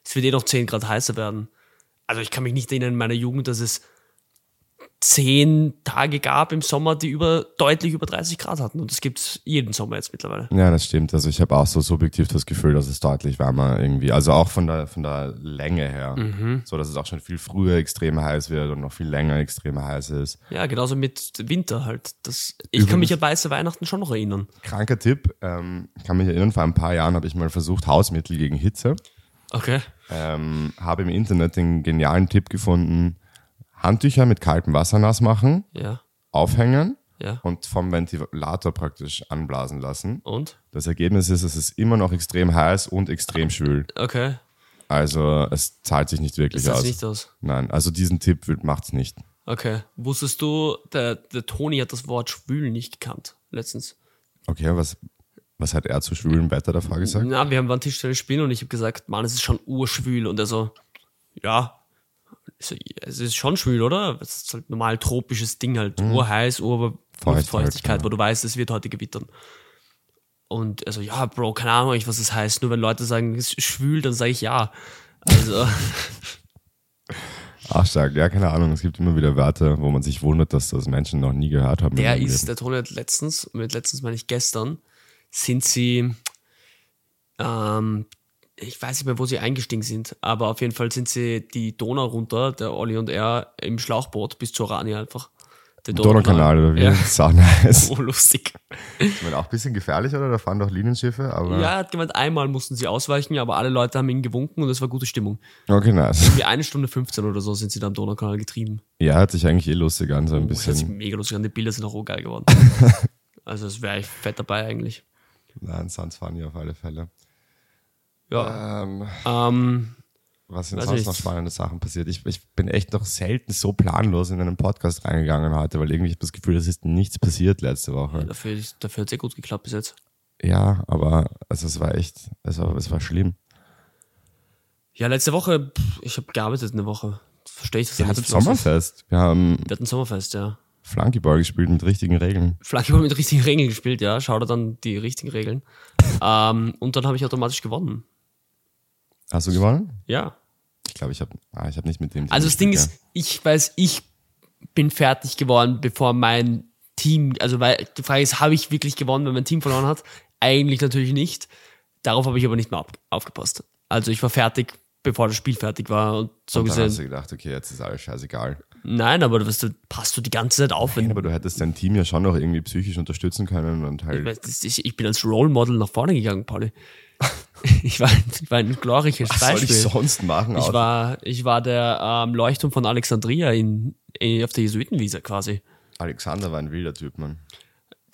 [SPEAKER 2] es wird eh noch 10 Grad heißer werden. Also ich kann mich nicht erinnern in meiner Jugend, dass es zehn Tage gab im Sommer, die über deutlich über 30 Grad hatten. Und das gibt's jeden Sommer jetzt mittlerweile.
[SPEAKER 1] Ja, das stimmt. Also ich habe auch so subjektiv das Gefühl, dass es deutlich wärmer irgendwie, also auch von der, von der Länge her, so dass es auch schon viel früher extrem heiß wird und noch viel länger extrem heiß ist.
[SPEAKER 2] Ja, genauso mit Winter halt. Das, ich kann
[SPEAKER 1] Übrigens-
[SPEAKER 2] mich an weiße Weihnachten schon noch erinnern.
[SPEAKER 1] Kranker Tipp. Ähm, ich kann mich erinnern, vor ein paar Jahren habe ich mal versucht, Hausmittel gegen Hitze.
[SPEAKER 2] Okay.
[SPEAKER 1] Ähm, habe im Internet den genialen Tipp gefunden, Handtücher mit kaltem Wasser nass machen,
[SPEAKER 2] Ja,
[SPEAKER 1] aufhängen
[SPEAKER 2] ja.
[SPEAKER 1] und vom Ventilator praktisch anblasen lassen.
[SPEAKER 2] Und?
[SPEAKER 1] Das Ergebnis ist, es ist immer noch extrem heiß und extrem schwül.
[SPEAKER 2] Okay.
[SPEAKER 1] Also es zahlt sich nicht wirklich
[SPEAKER 2] Das sieht
[SPEAKER 1] aus.
[SPEAKER 2] nicht aus.
[SPEAKER 1] Nein, also diesen Tipp macht es nicht.
[SPEAKER 2] Okay. Wusstest du, der, der Toni hat das Wort schwül nicht gekannt letztens.
[SPEAKER 1] Okay, was, was hat er zu schwülem Wetter davor gesagt?
[SPEAKER 2] Na, wir haben waren Tischtennis spielen und ich habe gesagt, Mann, es ist schon urschwül. Und er so, ja, Ich so, ja, es ist schon schwül, oder? Es ist halt normal tropisches Ding halt. Urheiß, Ur
[SPEAKER 1] Feucht
[SPEAKER 2] Luftfeuchtigkeit,
[SPEAKER 1] halt, ja.
[SPEAKER 2] wo du weißt, es wird heute gewittern. Und also, ja, Bro, keine Ahnung, eigentlich, was das heißt. Nur wenn Leute sagen, es ist schwül, dann sage ich ja. Also,
[SPEAKER 1] Ach stark, ja, keine Ahnung. Es gibt immer wieder Wörter, wo man sich wundert, dass das Menschen noch nie gehört haben. in
[SPEAKER 2] der
[SPEAKER 1] ihrem Leben.
[SPEAKER 2] ist, der Toni hat letztens, mit letztens meine ich gestern, sind sie, ähm, ich weiß nicht mehr, wo sie eingestiegen sind, aber auf jeden Fall sind sie die Donau runter, der Olli und er, im Schlauchboot bis zur Rani einfach. Der
[SPEAKER 1] Donaukanal oder wie?
[SPEAKER 2] Ja.
[SPEAKER 1] Sau nice.
[SPEAKER 2] Oh, lustig.
[SPEAKER 1] Ich meine, auch ein bisschen gefährlich, oder? Da fahren doch Linienschiffe, aber.
[SPEAKER 2] Ja, er hat gemeint, einmal mussten sie ausweichen, aber alle Leute haben ihnen gewunken und es war gute Stimmung.
[SPEAKER 1] Okay, nice.
[SPEAKER 2] Wie eine Stunde 15 oder so sind sie da am Donaukanal getrieben. Oh,
[SPEAKER 1] Ja, hört sich eigentlich eh lustig an, so ein
[SPEAKER 2] Das ist
[SPEAKER 1] bisschen.
[SPEAKER 2] mega lustig an, die Bilder sind auch geil geworden. also, das wäre ich fett dabei eigentlich.
[SPEAKER 1] Nein, Sans Funny auf alle Fälle.
[SPEAKER 2] Ja.
[SPEAKER 1] Ähm,
[SPEAKER 2] Ähm,
[SPEAKER 1] was sind
[SPEAKER 2] Weiß
[SPEAKER 1] sonst
[SPEAKER 2] nicht.
[SPEAKER 1] noch spannende Sachen passiert? Ich, ich bin echt noch selten so planlos in einen Podcast reingegangen heute, weil irgendwie ich hab das Gefühl, es ist nichts passiert letzte Woche.
[SPEAKER 2] Dafür, dafür hat es eh gut geklappt bis jetzt.
[SPEAKER 1] Ja, aber also, es war echt, es war, es war schlimm.
[SPEAKER 2] Ja, letzte Woche, pff, ich habe gearbeitet eine Woche. Verstehe ich das
[SPEAKER 1] Wir
[SPEAKER 2] nicht.
[SPEAKER 1] hatten Sommerfest. Wir haben
[SPEAKER 2] Wir hatten Sommerfest, ja.
[SPEAKER 1] Flankyball gespielt mit richtigen Regeln.
[SPEAKER 2] Flankeball mit richtigen Regeln gespielt, ja. Schau dir dann die richtigen Regeln. ähm, und dann habe ich automatisch gewonnen.
[SPEAKER 1] Hast du gewonnen?
[SPEAKER 2] Ja.
[SPEAKER 1] Ich glaube, ich habe ah, ich hab nicht mit dem. Team
[SPEAKER 2] Also das Ding
[SPEAKER 1] gespielt,
[SPEAKER 2] ist, ich weiß, ich bin fertig geworden, bevor mein Team, also weil die Frage ist, habe ich wirklich gewonnen, wenn mein Team verloren hat? Eigentlich natürlich nicht. Darauf habe ich aber nicht mehr auf, aufgepasst. Also ich war fertig, bevor das Spiel fertig war und so
[SPEAKER 1] ja. Dann
[SPEAKER 2] gesehen.
[SPEAKER 1] hast du gedacht, okay, jetzt ist alles scheißegal.
[SPEAKER 2] Nein, aber du, weißt, du passt du die ganze Zeit auf, wenn
[SPEAKER 1] Aber du hättest dein Team ja schon noch irgendwie psychisch unterstützen können und
[SPEAKER 2] Ich
[SPEAKER 1] halt.
[SPEAKER 2] weiß, das- Ich, ich bin als Role Model nach vorne gegangen, Pauli. Ich war, ich war ein glorreiches
[SPEAKER 1] Was soll
[SPEAKER 2] Beispiel.
[SPEAKER 1] ich sonst machen?
[SPEAKER 2] ich, war, ich war der ähm, Leuchtturm von Alexandria in, in, auf der Jesuitenwiese quasi.
[SPEAKER 1] Alexander war ein wilder Typ, Mann.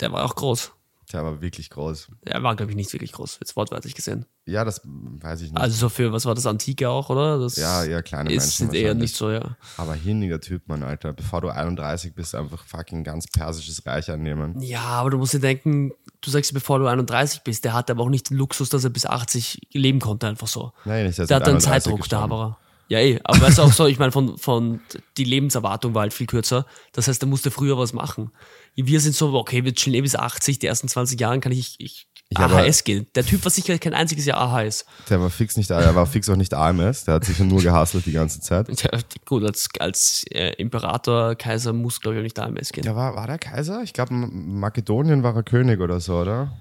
[SPEAKER 2] Der war auch groß.
[SPEAKER 1] Der war wirklich groß.
[SPEAKER 2] Er war, glaube ich, nicht wirklich groß, jetzt wortwörtlich gesehen.
[SPEAKER 1] Ja, das weiß ich nicht.
[SPEAKER 2] Also so für, was war das, Antike auch, oder? Das
[SPEAKER 1] ja, eher kleine
[SPEAKER 2] ist,
[SPEAKER 1] Menschen
[SPEAKER 2] sind eher
[SPEAKER 1] wahrscheinlich.
[SPEAKER 2] nicht so, ja.
[SPEAKER 1] Aber hinniger Typ, Mann, Alter. Bevor du 31 bist, einfach fucking ganz persisches Reich annehmen.
[SPEAKER 2] Ja, aber du musst dir denken, du sagst, bevor du 31 bist, der hatte aber auch nicht den Luxus, dass er bis 80 leben konnte, einfach so.
[SPEAKER 1] Nein, ich
[SPEAKER 2] Der hat dann Zeitdruck, der Haberer. Ja, eh, aber weißt du auch so, ich meine, von, von die Lebenserwartung war halt viel kürzer. Das heißt, er musste früher was machen. Wir sind so, okay, wir chillen eh bis 80, die ersten 20 Jahren kann ich, ich
[SPEAKER 1] Ja, aber-
[SPEAKER 2] AHS gehen. Der Typ war sicher kein einziges Jahr AHS.
[SPEAKER 1] Der war fix nicht, der war fix auch nicht AMS. Der hat sich ja nur gehasselt die ganze Zeit.
[SPEAKER 2] Ja, gut, als, als äh, Imperator, Kaiser muss, glaube ich, auch nicht AMS gehen.
[SPEAKER 1] Der war, war der Kaiser? Ich glaube, in Makedonien war er König oder so, oder?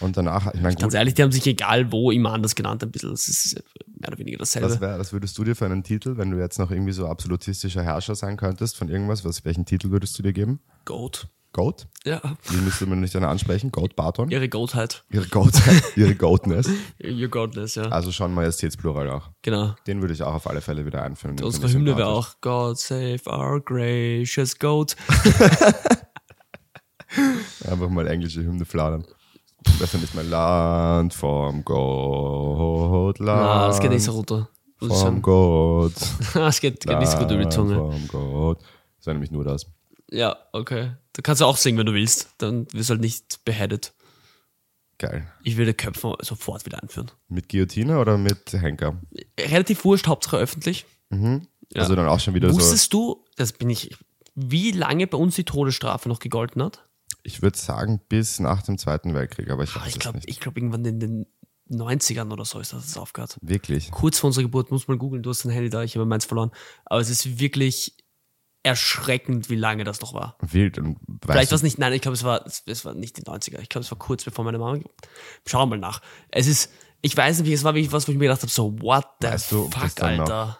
[SPEAKER 1] Und danach, ich meine,
[SPEAKER 2] Ganz
[SPEAKER 1] gut,
[SPEAKER 2] ehrlich, die haben sich egal wo immer anders genannt, ein bisschen. Es ist mehr oder weniger dasselbe.
[SPEAKER 1] was, wär, was würdest du dir für einen Titel, wenn du jetzt noch irgendwie so absolutistischer Herrscher sein könntest von irgendwas, was, welchen Titel würdest du dir geben?
[SPEAKER 2] Goat.
[SPEAKER 1] Goat?
[SPEAKER 2] Ja,
[SPEAKER 1] Wie müsste man nicht dann ansprechen? Goat Barton?
[SPEAKER 2] ihre halt. Goatheit.
[SPEAKER 1] Ihre Goat, ihre Goatness.
[SPEAKER 2] Your Godness, ja.
[SPEAKER 1] Also schon Majestätsplural auch.
[SPEAKER 2] Genau.
[SPEAKER 1] Den würde ich auch auf alle Fälle wieder einführen. Den
[SPEAKER 2] Unsere
[SPEAKER 1] finde ich
[SPEAKER 2] Hymne wäre
[SPEAKER 1] sympathisch.
[SPEAKER 2] auch God save our gracious goat.
[SPEAKER 1] Einfach mal englische Hymne fladern. Das finde ich mein Land vom Goat. Land
[SPEAKER 2] Ah, das geht nicht so runter. Muss ich
[SPEAKER 1] Vom
[SPEAKER 2] sagen.
[SPEAKER 1] Goat.
[SPEAKER 2] Das geht, geht nicht so gut über die Zunge.
[SPEAKER 1] Vom Goat. Das war nämlich nur das.
[SPEAKER 2] Ja, okay. Du kannst auch singen, wenn du willst. Dann wirst du halt nicht beheaded.
[SPEAKER 1] Geil.
[SPEAKER 2] Ich würde Köpfen sofort wieder einführen.
[SPEAKER 1] Mit Guillotine oder mit Henker?
[SPEAKER 2] Relativ wurscht, Hauptsache öffentlich. Ja.
[SPEAKER 1] Also dann auch schon wieder so.
[SPEAKER 2] Wusstest du, das bin ich, wie lange bei uns die Todesstrafe noch gegolten hat?
[SPEAKER 1] Ich würde sagen, bis nach dem Zweiten Weltkrieg, aber ich
[SPEAKER 2] Ah,
[SPEAKER 1] weiß
[SPEAKER 2] Ich
[SPEAKER 1] es
[SPEAKER 2] glaube,
[SPEAKER 1] nicht.
[SPEAKER 2] ich glaub, irgendwann in den 90ern oder so ist das, das aufgehört.
[SPEAKER 1] Wirklich.
[SPEAKER 2] kurz vor unserer Geburt, muss man googeln, du hast dein Handy da, ich habe meins verloren. Aber es ist wirklich erschreckend, wie lange das noch war.
[SPEAKER 1] Wild und
[SPEAKER 2] Vielleicht
[SPEAKER 1] weiß.
[SPEAKER 2] war es nicht, nein, ich glaube, es war, es, es war nicht die 90er. Ich glaube, es war kurz bevor meine Mama. Schauen wir mal nach. Es ist, ich weiß nicht, es war wirklich was, wo ich mir gedacht habe, so, what the
[SPEAKER 1] Weißt du, ob das
[SPEAKER 2] fuck,
[SPEAKER 1] dann noch-
[SPEAKER 2] Alter.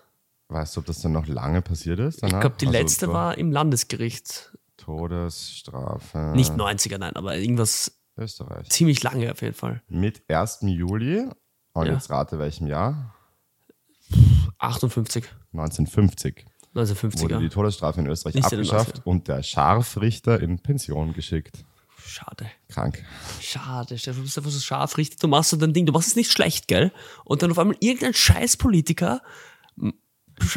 [SPEAKER 1] Weißt du, ob das dann noch lange passiert ist?
[SPEAKER 2] Ich
[SPEAKER 1] danach?
[SPEAKER 2] glaube, die
[SPEAKER 1] Also
[SPEAKER 2] letzte
[SPEAKER 1] so
[SPEAKER 2] war im Landesgericht.
[SPEAKER 1] Todesstrafe.
[SPEAKER 2] Nicht 90er, nein, aber irgendwas
[SPEAKER 1] Österreich.
[SPEAKER 2] ziemlich lange auf jeden Fall.
[SPEAKER 1] Mit 1. Juli. Und
[SPEAKER 2] Ja.
[SPEAKER 1] jetzt rate welchem Jahr?
[SPEAKER 2] 58,
[SPEAKER 1] 1950 wurde
[SPEAKER 2] 1950er.
[SPEAKER 1] die Todesstrafe in Österreich
[SPEAKER 2] Nicht in den
[SPEAKER 1] abgeschafft und der Scharfrichter in Pension geschickt.
[SPEAKER 2] Schade.
[SPEAKER 1] Krank.
[SPEAKER 2] Schade, Stefan, du bist einfach so scharf, richtig. Du machst so dein Ding, du machst es nicht schlecht, gell? Und dann auf einmal irgendein Scheißpolitiker m-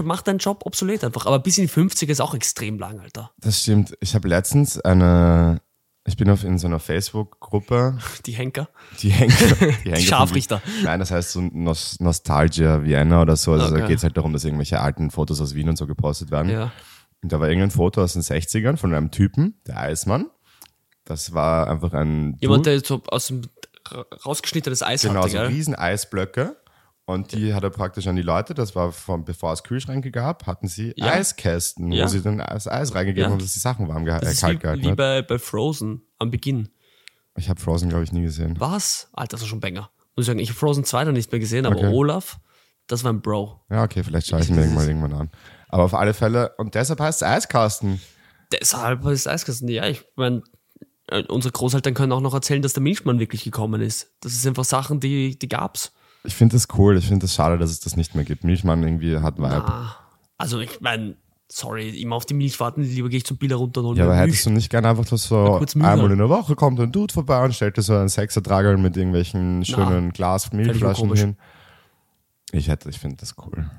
[SPEAKER 2] macht deinen Job obsolet einfach. Aber bis in die 50er ist auch extrem lang, Alter.
[SPEAKER 1] Das stimmt. Ich habe letztens eine. Ich bin auf, in so einer Facebook-Gruppe,
[SPEAKER 2] Die Henker.
[SPEAKER 1] die hängt. Die, hängt
[SPEAKER 2] Scharfrichter.
[SPEAKER 1] Nein, das heißt so Nos Nostalgia Vienna oder so. Also da
[SPEAKER 2] Okay.
[SPEAKER 1] geht es halt darum, dass irgendwelche alten Fotos aus Wien und so gepostet werden.
[SPEAKER 2] Ja.
[SPEAKER 1] Und da war irgendein Foto aus den 60ern von einem Typen, der Eismann. Das war einfach ein.
[SPEAKER 2] Jemand,
[SPEAKER 1] Dude.
[SPEAKER 2] der so aus dem ra- rausgeschnittenes Eis
[SPEAKER 1] Genau,
[SPEAKER 2] hatte,
[SPEAKER 1] so
[SPEAKER 2] gell?
[SPEAKER 1] riesen Eisblöcke. Und die hat er praktisch an die Leute, das war von, bevor es Kühlschränke gab, hatten sie
[SPEAKER 2] Ja.
[SPEAKER 1] Eiskästen,
[SPEAKER 2] Ja.
[SPEAKER 1] wo sie dann das Eis reingegeben
[SPEAKER 2] Ja.
[SPEAKER 1] haben, dass die Sachen warm gehalten
[SPEAKER 2] Das
[SPEAKER 1] äh,
[SPEAKER 2] ist wie,
[SPEAKER 1] kalt gehalten
[SPEAKER 2] wie
[SPEAKER 1] hat.
[SPEAKER 2] bei, bei Frozen am Beginn.
[SPEAKER 1] Ich habe Frozen, glaube ich, nie gesehen.
[SPEAKER 2] Was? Alter, das war schon Banger. Muss ich sagen, ich habe Frozen 2 noch nicht mehr gesehen, aber
[SPEAKER 1] Okay.
[SPEAKER 2] Olaf, das war ein Bro.
[SPEAKER 1] Ja, okay, vielleicht schaue ich mir irgendwann, irgendwann an. Aber auf alle Fälle, und deshalb heißt es Eiskasten.
[SPEAKER 2] Deshalb ist Eiskasten. Ja, ich meine, äh, unsere Großeltern können auch noch erzählen, dass der Milchmann wirklich gekommen ist. Das ist einfach Sachen, die, die gab's.
[SPEAKER 1] Ich finde das cool, ich finde das schade, dass es das nicht mehr gibt. Milchmann irgendwie hat Vibe.
[SPEAKER 2] Ah, also ich meine, sorry, immer auf die Milch warten, lieber gehe ich zum Billa runter und hol
[SPEAKER 1] Ja, aber
[SPEAKER 2] mir
[SPEAKER 1] hättest
[SPEAKER 2] Milch.
[SPEAKER 1] du nicht gerne einfach, dass so
[SPEAKER 2] kurz Mühe.
[SPEAKER 1] einmal in der Woche kommt ein Dude vorbei und stellt dir so einen Sechsertrager mit irgendwelchen schönen
[SPEAKER 2] fänd ich
[SPEAKER 1] Glas-Milchflaschen
[SPEAKER 2] komisch.
[SPEAKER 1] hin? Ich hätte, ich finde das cool.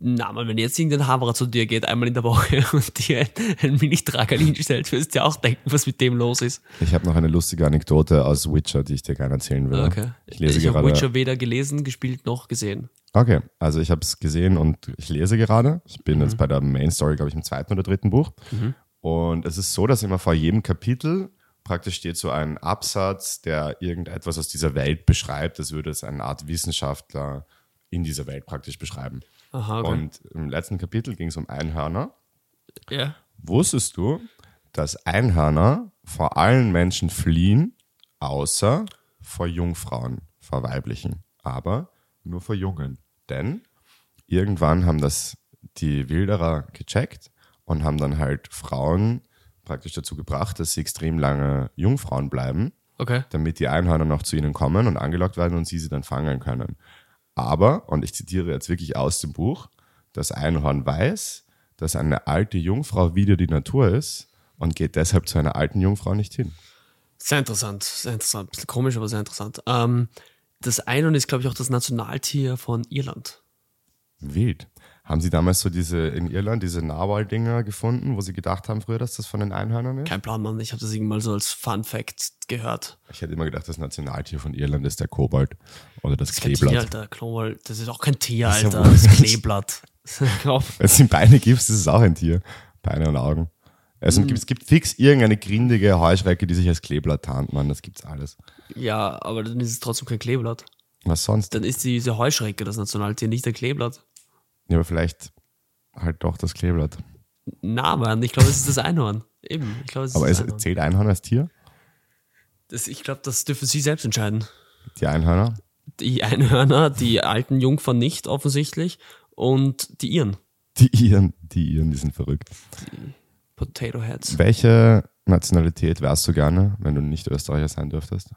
[SPEAKER 2] Na, man, wenn jetzt irgendein Haberer zu dir geht, einmal in der Woche und dir einen Milchtrager hinstellt, wirst du ja auch denken, was mit dem los ist.
[SPEAKER 1] Ich habe noch eine lustige Anekdote aus Witcher, die ich dir gerne erzählen will.
[SPEAKER 2] Okay.
[SPEAKER 1] Ich lese
[SPEAKER 2] habe
[SPEAKER 1] gerade.
[SPEAKER 2] Witcher weder gelesen, gespielt noch gesehen.
[SPEAKER 1] Okay, also ich habe es gesehen und ich lese gerade. Ich
[SPEAKER 2] Mhm.
[SPEAKER 1] bin jetzt bei der Main Story, glaube ich, im zweiten oder dritten Buch. Und es ist so, dass immer vor jedem Kapitel praktisch steht so ein Absatz, der irgendetwas aus dieser Welt beschreibt. Das würde es eine Art Wissenschaftler in dieser Welt praktisch beschreiben.
[SPEAKER 2] Aha, okay.
[SPEAKER 1] Und im letzten Kapitel ging es um Einhörner.
[SPEAKER 2] Ja.
[SPEAKER 1] Wusstest du, dass Einhörner vor allen Menschen fliehen, außer vor Jungfrauen, vor weiblichen, aber nur vor Jungen? Denn irgendwann haben das die Wilderer gecheckt und haben dann halt Frauen praktisch dazu gebracht, dass sie extrem lange Jungfrauen bleiben
[SPEAKER 2] Okay.
[SPEAKER 1] damit die Einhörner noch zu ihnen kommen und angelockt werden und sie sie dann fangen können. Aber, und ich zitiere jetzt wirklich aus dem Buch, das Einhorn weiß, dass eine alte Jungfrau wieder die Natur ist und geht deshalb zu einer alten Jungfrau nicht hin.
[SPEAKER 2] Sehr interessant, sehr interessant. Bisschen komisch, aber sehr interessant. Ähm, das Einhorn ist, glaube ich, auch das Nationaltier von Irland.
[SPEAKER 1] Wild. Haben Sie damals so diese in Irland diese Narwal-Dinger gefunden, wo Sie gedacht haben früher, dass das von den Einhörnern ist?
[SPEAKER 2] Kein Plan, Mann. Ich habe das irgendwann mal so als Fun Fact gehört.
[SPEAKER 1] Ich hätte immer gedacht, das Nationaltier von Irland ist der Kobold oder das,
[SPEAKER 2] Kein Tier,
[SPEAKER 1] Kleeblatt.
[SPEAKER 2] Alter. Klobal, das ist auch kein Tier,
[SPEAKER 1] ja
[SPEAKER 2] Alter.
[SPEAKER 1] wohl.
[SPEAKER 2] Das ist Kleeblatt. Glaub-
[SPEAKER 1] Wenn es ihm Beine gibt, ist es auch ein Tier. Beine und Augen. Also
[SPEAKER 2] Mhm.
[SPEAKER 1] es gibt fix irgendeine grindige Heuschrecke, die sich als Kleeblatt tarnt, Mann. Das gibt's alles.
[SPEAKER 2] ja, aber dann ist es trotzdem kein Kleeblatt.
[SPEAKER 1] Was sonst?
[SPEAKER 2] Dann ist diese Heuschrecke das Nationaltier, nicht der Kleeblatt.
[SPEAKER 1] Ja, aber vielleicht halt doch das Kleeblatt.
[SPEAKER 2] Na, Mann, ich glaube, es ist das Einhorn. Eben, ich glaube, es ist
[SPEAKER 1] Aber
[SPEAKER 2] das
[SPEAKER 1] es
[SPEAKER 2] Einhorn.
[SPEAKER 1] zählt Einhorn als Tier?
[SPEAKER 2] Das, ich glaube, das dürfen Sie selbst entscheiden.
[SPEAKER 1] Die Einhörner?
[SPEAKER 2] Die Einhörner, die alten Jungfern nicht offensichtlich und die Iren.
[SPEAKER 1] Die Iren, die Iren, die sind verrückt.
[SPEAKER 2] Potato Heads.
[SPEAKER 1] Welche Nationalität wärst du gerne, wenn du nicht Österreicher sein dürftest?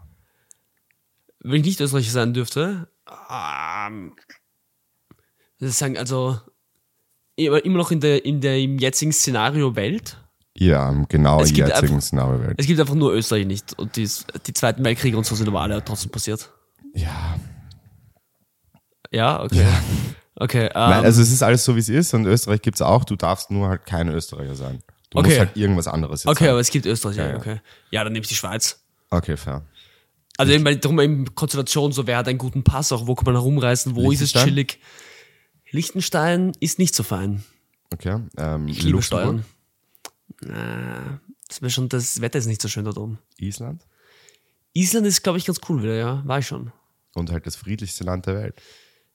[SPEAKER 2] Wenn ich nicht Österreicher sein dürfte, ähm, das sagen, also immer, immer noch in der, in der im jetzigen Szenario Welt.
[SPEAKER 1] Ja, im genau
[SPEAKER 2] Es gibt
[SPEAKER 1] jetzigen
[SPEAKER 2] einfach-
[SPEAKER 1] Szenario Welt.
[SPEAKER 2] Es gibt einfach nur Österreich nicht und die, die Zweiten Weltkriege und so sind aber alle trotzdem passiert.
[SPEAKER 1] Ja.
[SPEAKER 2] Ja, okay. Okay, ähm,
[SPEAKER 1] Nein, also es ist alles so, wie es ist und Österreich gibt's auch. Du darfst nur halt kein Österreicher sein. Du
[SPEAKER 2] Okay.
[SPEAKER 1] musst halt irgendwas anderes jetzt
[SPEAKER 2] okay,
[SPEAKER 1] sein.
[SPEAKER 2] aber es gibt Österreich, ja,
[SPEAKER 1] ja.
[SPEAKER 2] okay. Ja, dann nehme ich die Schweiz.
[SPEAKER 1] Okay, fair.
[SPEAKER 2] Also eben, weil darum eben Konstellation, so wer hat einen guten Pass, auch wo kann man herumreisen, wo ist es
[SPEAKER 1] Liechtenstein?
[SPEAKER 2] chillig. Liechtenstein ist nicht so fein.
[SPEAKER 1] Okay. Ähm,
[SPEAKER 2] Ich liebe
[SPEAKER 1] Luxemburg,
[SPEAKER 2] Steuern. Äh, Das, wär schon, das Wetter ist nicht so schön dort oben.
[SPEAKER 1] Island
[SPEAKER 2] Island ist, glaube ich, ganz cool wieder, ja. War ich schon.
[SPEAKER 1] und halt das friedlichste Land der Welt.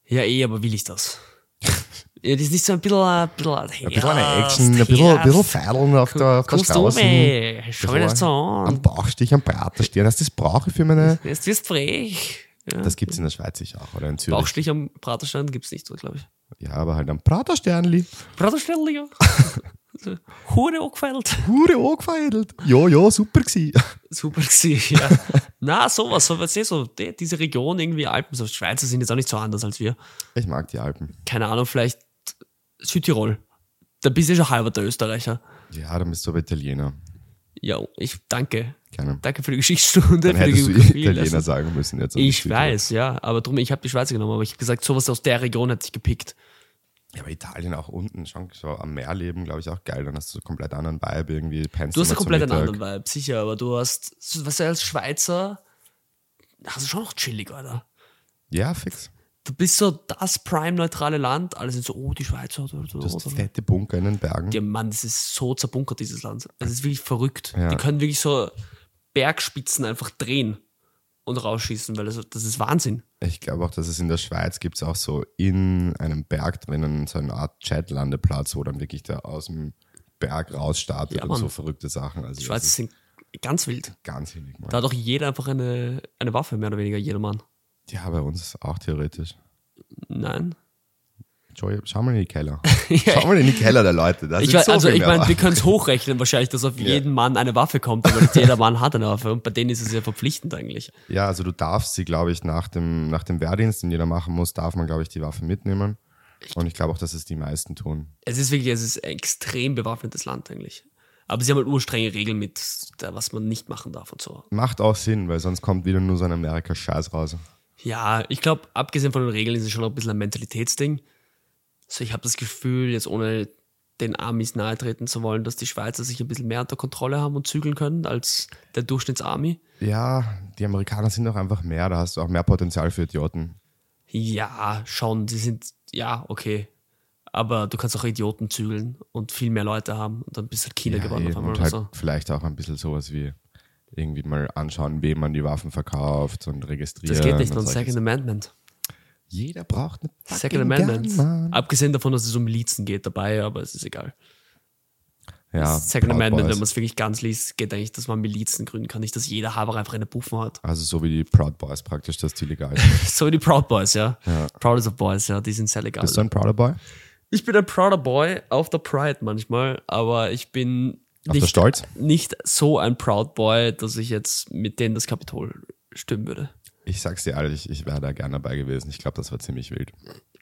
[SPEAKER 2] Ja, eh, aber will ich das? ja, das ist nicht so ein bisschen... Ein bisschen,
[SPEAKER 1] Ein bisschen eine Action, ein bisschen, ein bisschen Feilen auf der, auf der
[SPEAKER 2] Kommst du
[SPEAKER 1] Straße.
[SPEAKER 2] ey, Schau mir
[SPEAKER 1] Bevor-
[SPEAKER 2] das so
[SPEAKER 1] Am
[SPEAKER 2] an.
[SPEAKER 1] Bauchstich, am Praterstern. Also Das, das brauche ich für meine.
[SPEAKER 2] Jetzt wirst du frech. Ja.
[SPEAKER 1] Das gibt's in der Schweiz sicher auch, oder in Zürich.
[SPEAKER 2] Bauchstich am Praterstein gibt's nicht so, glaube ich.
[SPEAKER 1] Ja, aber halt am Pratersternli.
[SPEAKER 2] Praterstein, Digga. So, Hure angefeilt.
[SPEAKER 1] Hure angefeidelt. Ja, ja, super gsi.
[SPEAKER 2] Super gewesen, ja. Na, sowas, so wird's eh so. Die, diese Region irgendwie Alpen, so Schweizer sind jetzt auch nicht so anders als wir.
[SPEAKER 1] Ich mag die Alpen.
[SPEAKER 2] Keine Ahnung, vielleicht Südtirol. Da bist du schon halber der Österreicher.
[SPEAKER 1] Ja, dann bist du aber Italiener.
[SPEAKER 2] Ja, ich danke.
[SPEAKER 1] Gerne.
[SPEAKER 2] Danke für die Geschichtsstunde.
[SPEAKER 1] Dann
[SPEAKER 2] für
[SPEAKER 1] hättest du
[SPEAKER 2] die Geografie-Lesson.
[SPEAKER 1] Italiener sagen müssen jetzt. und nicht
[SPEAKER 2] Ich
[SPEAKER 1] Südtirol.
[SPEAKER 2] weiß, ja. Aber drum, ich habe die Schweizer genommen, aber ich habe gesagt, sowas aus der Region hat sich gepickt.
[SPEAKER 1] Ja, aber Italien auch unten, schon so am Meer leben, glaube ich, auch geil. Dann hast du so komplett anderen Vibe irgendwie. Pennst
[SPEAKER 2] Du hast ja
[SPEAKER 1] immer zum
[SPEAKER 2] komplett einen
[SPEAKER 1] Mittag.
[SPEAKER 2] anderen Vibe, sicher, aber du hast, was ja als Schweizer, hast du schon noch chillig, Alter.
[SPEAKER 1] Ja, fix.
[SPEAKER 2] Du bist so das prime-neutrale Land, alle sind so, oh, die Schweizer. Du
[SPEAKER 1] Du hast fette Bunker in den Bergen.
[SPEAKER 2] Ja, Mann, das ist so zerbunkert, dieses Land. Es ist wirklich verrückt.
[SPEAKER 1] Ja.
[SPEAKER 2] Die können wirklich so Bergspitzen einfach drehen und rausschießen, weil das, das ist Wahnsinn.
[SPEAKER 1] Ich glaube auch, dass es in der Schweiz gibt es auch so in einem Berg drinnen so eine Art Chat-Landeplatz, wo dann wirklich der aus dem Berg raus startet
[SPEAKER 2] Ja,
[SPEAKER 1] und
[SPEAKER 2] Mann.
[SPEAKER 1] so verrückte Sachen. Also
[SPEAKER 2] Die Schweizer
[SPEAKER 1] das ist
[SPEAKER 2] sind ganz wild.
[SPEAKER 1] ganz hinnig, Mann.
[SPEAKER 2] Da hat auch jeder einfach eine, eine Waffe, mehr oder weniger, jeder Mann.
[SPEAKER 1] Ja, bei uns auch theoretisch.
[SPEAKER 2] Nein.
[SPEAKER 1] Schau, schau mal in die Keller. Schau mal in die Keller der Leute. Da
[SPEAKER 2] Ich
[SPEAKER 1] sind
[SPEAKER 2] weiß,
[SPEAKER 1] so
[SPEAKER 2] also
[SPEAKER 1] viel
[SPEAKER 2] ich
[SPEAKER 1] mehr
[SPEAKER 2] meine, wir
[SPEAKER 1] Waffen.
[SPEAKER 2] können es hochrechnen wahrscheinlich, dass auf jeden Mann eine Waffe kommt, aber nicht jeder Mann hat eine Waffe und bei denen ist es ja verpflichtend eigentlich.
[SPEAKER 1] Ja, also du darfst sie, glaube ich, nach dem, nach dem Wehrdienst, den jeder machen muss, darf man, glaube ich, die Waffe mitnehmen. Und ich glaube auch, dass es die meisten tun.
[SPEAKER 2] Es ist wirklich, es ist ein extrem bewaffnetes Land eigentlich. Aber sie haben halt urstrenge Regeln mit, da, was man nicht machen darf und so.
[SPEAKER 1] Macht auch Sinn, weil sonst kommt wieder nur so ein Amerika-Scheiß raus.
[SPEAKER 2] Ja, ich glaube, abgesehen von den Regeln ist es schon auch ein bisschen ein Mentalitätsding. So, ich habe das Gefühl, jetzt ohne den Amis nahe treten zu wollen, dass die Schweizer sich ein bisschen mehr unter Kontrolle haben und zügeln können als der Durchschnittsarmy.
[SPEAKER 1] Ja, die Amerikaner sind auch einfach mehr, da hast du auch mehr Potenzial für Idioten.
[SPEAKER 2] Ja, schon, sie sind, ja, okay. Aber du kannst auch Idioten zügeln und viel mehr Leute haben und dann bist halt China geworden auf
[SPEAKER 1] eben.
[SPEAKER 2] einmal
[SPEAKER 1] und
[SPEAKER 2] oder
[SPEAKER 1] halt
[SPEAKER 2] so.
[SPEAKER 1] vielleicht auch ein bisschen sowas wie irgendwie mal anschauen, wem man die Waffen verkauft und registrieren.
[SPEAKER 2] Das geht nicht,
[SPEAKER 1] und
[SPEAKER 2] man
[SPEAKER 1] solche
[SPEAKER 2] Second Amendment.
[SPEAKER 1] Sachen. Jeder braucht eine fucking
[SPEAKER 2] Second
[SPEAKER 1] Gun,
[SPEAKER 2] Amendment.
[SPEAKER 1] Mann.
[SPEAKER 2] Abgesehen davon, dass es um Milizen geht dabei, aber es ist egal.
[SPEAKER 1] Ja,
[SPEAKER 2] Second
[SPEAKER 1] Proud
[SPEAKER 2] Amendment, wenn
[SPEAKER 1] Ah, Boys.
[SPEAKER 2] man es wirklich ganz liest, geht eigentlich, dass man Milizen gründen kann. Nicht, dass jeder Haber einfach eine Puffen hat.
[SPEAKER 1] Also so wie die Proud Boys praktisch, dass die legal sind.
[SPEAKER 2] So wie die Proud Boys, ja. Proudest of Boys, ja, die sind sehr legal.
[SPEAKER 1] Bist du ein Prouder Boy?
[SPEAKER 2] Ich bin ein Prouder Boy auf der Pride manchmal, aber ich bin
[SPEAKER 1] Auf
[SPEAKER 2] nicht,
[SPEAKER 1] der Stolz?
[SPEAKER 2] nicht so ein Proud Boy, dass ich jetzt mit denen das Kapitol stimmen würde.
[SPEAKER 1] Ich sag's dir ehrlich, ich wäre da gerne dabei gewesen. Ich glaube, das war ziemlich wild.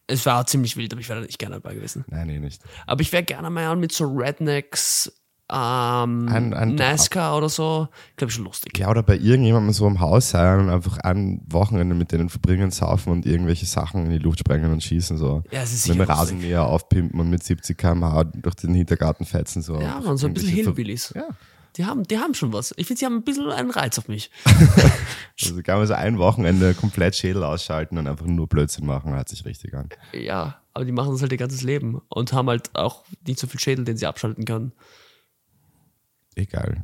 [SPEAKER 2] Es war ziemlich wild, aber ich wäre da nicht gerne dabei gewesen.
[SPEAKER 1] Nein, nee, nicht.
[SPEAKER 2] Aber ich wäre gerne mal mit so Rednecks äh, ähm,
[SPEAKER 1] Ein- ein-
[SPEAKER 2] NASCAR oder so. Ich glaube, schon lustig.
[SPEAKER 1] Ja, oder bei irgendjemandem so im Haus sein und einfach ein Wochenende mit denen verbringen, saufen und irgendwelche Sachen in die Luft sprengen und schießen. So.
[SPEAKER 2] Ja, es ist
[SPEAKER 1] mit dem
[SPEAKER 2] sicher lustig.
[SPEAKER 1] Rasenmäher aufpimpen und mit 70 km/h durch den Hintergarten fetzen. So.
[SPEAKER 2] Ja, man, so ein bisschen
[SPEAKER 1] Irgendwelche Ver-
[SPEAKER 2] Hillbillies.
[SPEAKER 1] Ja,
[SPEAKER 2] Die haben, die haben schon was. Ich finde, sie haben ein bisschen einen Reiz auf mich.
[SPEAKER 1] also kann man so ein Wochenende komplett Schädel ausschalten und einfach nur Blödsinn machen, hört sich richtig an.
[SPEAKER 2] Ja, aber die machen das halt ihr ganzes Leben und haben halt auch nicht so viel Schädel, den sie abschalten können.
[SPEAKER 1] Egal.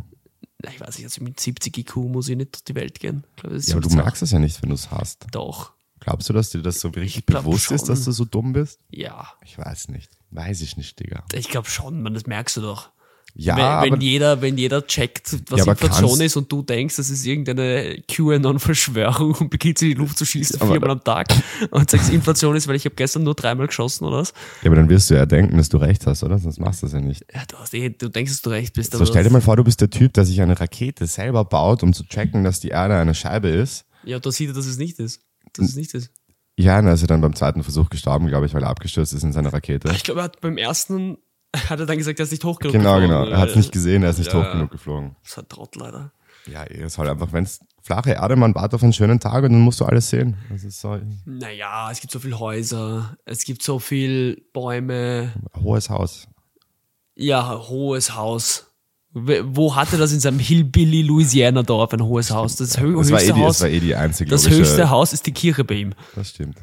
[SPEAKER 2] Na, ich weiß nicht, also mit 70 IQ muss ich nicht durch die Welt gehen. Ich glaub, das ist
[SPEAKER 1] Ja, aber du
[SPEAKER 2] 70.
[SPEAKER 1] merkst es ja nicht, wenn du es hast.
[SPEAKER 2] Doch,
[SPEAKER 1] Glaubst du, dass dir das so richtig
[SPEAKER 2] glaub
[SPEAKER 1] bewusst
[SPEAKER 2] schon.
[SPEAKER 1] ist, dass du so dumm bist?
[SPEAKER 2] ja.
[SPEAKER 1] Ich weiß nicht. Weiß ich nicht, Digga.
[SPEAKER 2] Ich glaube schon, man, das merkst du doch.
[SPEAKER 1] Ja,
[SPEAKER 2] wenn, wenn,
[SPEAKER 1] aber
[SPEAKER 2] jeder, wenn jeder checkt, was
[SPEAKER 1] Ja, aber
[SPEAKER 2] Inflation
[SPEAKER 1] kannst-
[SPEAKER 2] ist und du denkst, das ist irgendeine QAnon-Verschwörung und beginnst in die Luft zu schießen
[SPEAKER 1] Aber-
[SPEAKER 2] viermal am Tag und sagst, Inflation ist, weil ich habe gestern nur dreimal geschossen oder was.
[SPEAKER 1] Ja, aber dann wirst du ja denken, dass du recht hast, oder? Sonst machst du es ja nicht.
[SPEAKER 2] Ja, du, hast eh, du denkst, dass du recht bist.
[SPEAKER 1] So,
[SPEAKER 2] aber
[SPEAKER 1] stell dir
[SPEAKER 2] das-
[SPEAKER 1] mal vor, du bist der Typ, der sich eine Rakete selber baut, um zu checken, dass die Erde eine Scheibe ist.
[SPEAKER 2] Ja, da sieht er, dass es nicht ist. Dass es nicht ist.
[SPEAKER 1] Ja, na, ist er dann beim zweiten Versuch gestorben, glaube ich, weil er abgestürzt ist in seiner Rakete.
[SPEAKER 2] Ich glaube, er hat beim ersten, hat er dann gesagt, er ist nicht hoch genug
[SPEAKER 1] Genau,
[SPEAKER 2] geflogen,
[SPEAKER 1] genau. Er hat es
[SPEAKER 2] weil-
[SPEAKER 1] nicht gesehen, er ist nicht
[SPEAKER 2] Ja.
[SPEAKER 1] hoch genug geflogen.
[SPEAKER 2] Das ist ein Trott leider.
[SPEAKER 1] Ja, eh, ist halt einfach, wenn es flache Erde, man wartet auf einen schönen Tag und dann musst du alles sehen. Das ist so ein
[SPEAKER 2] Naja, es gibt so viele Häuser, es gibt so viele Bäume.
[SPEAKER 1] hohes Haus.
[SPEAKER 2] Ja, hohes Haus. We- Wo hatte das in seinem Hillbilly Louisiana Dorf ein hohes Haus? Das hö
[SPEAKER 1] Das war, eh
[SPEAKER 2] höchste
[SPEAKER 1] die,
[SPEAKER 2] Haus.
[SPEAKER 1] das war eh die einzige
[SPEAKER 2] Das
[SPEAKER 1] logische-
[SPEAKER 2] höchste Haus ist die Kirche bei ihm.
[SPEAKER 1] Das stimmt.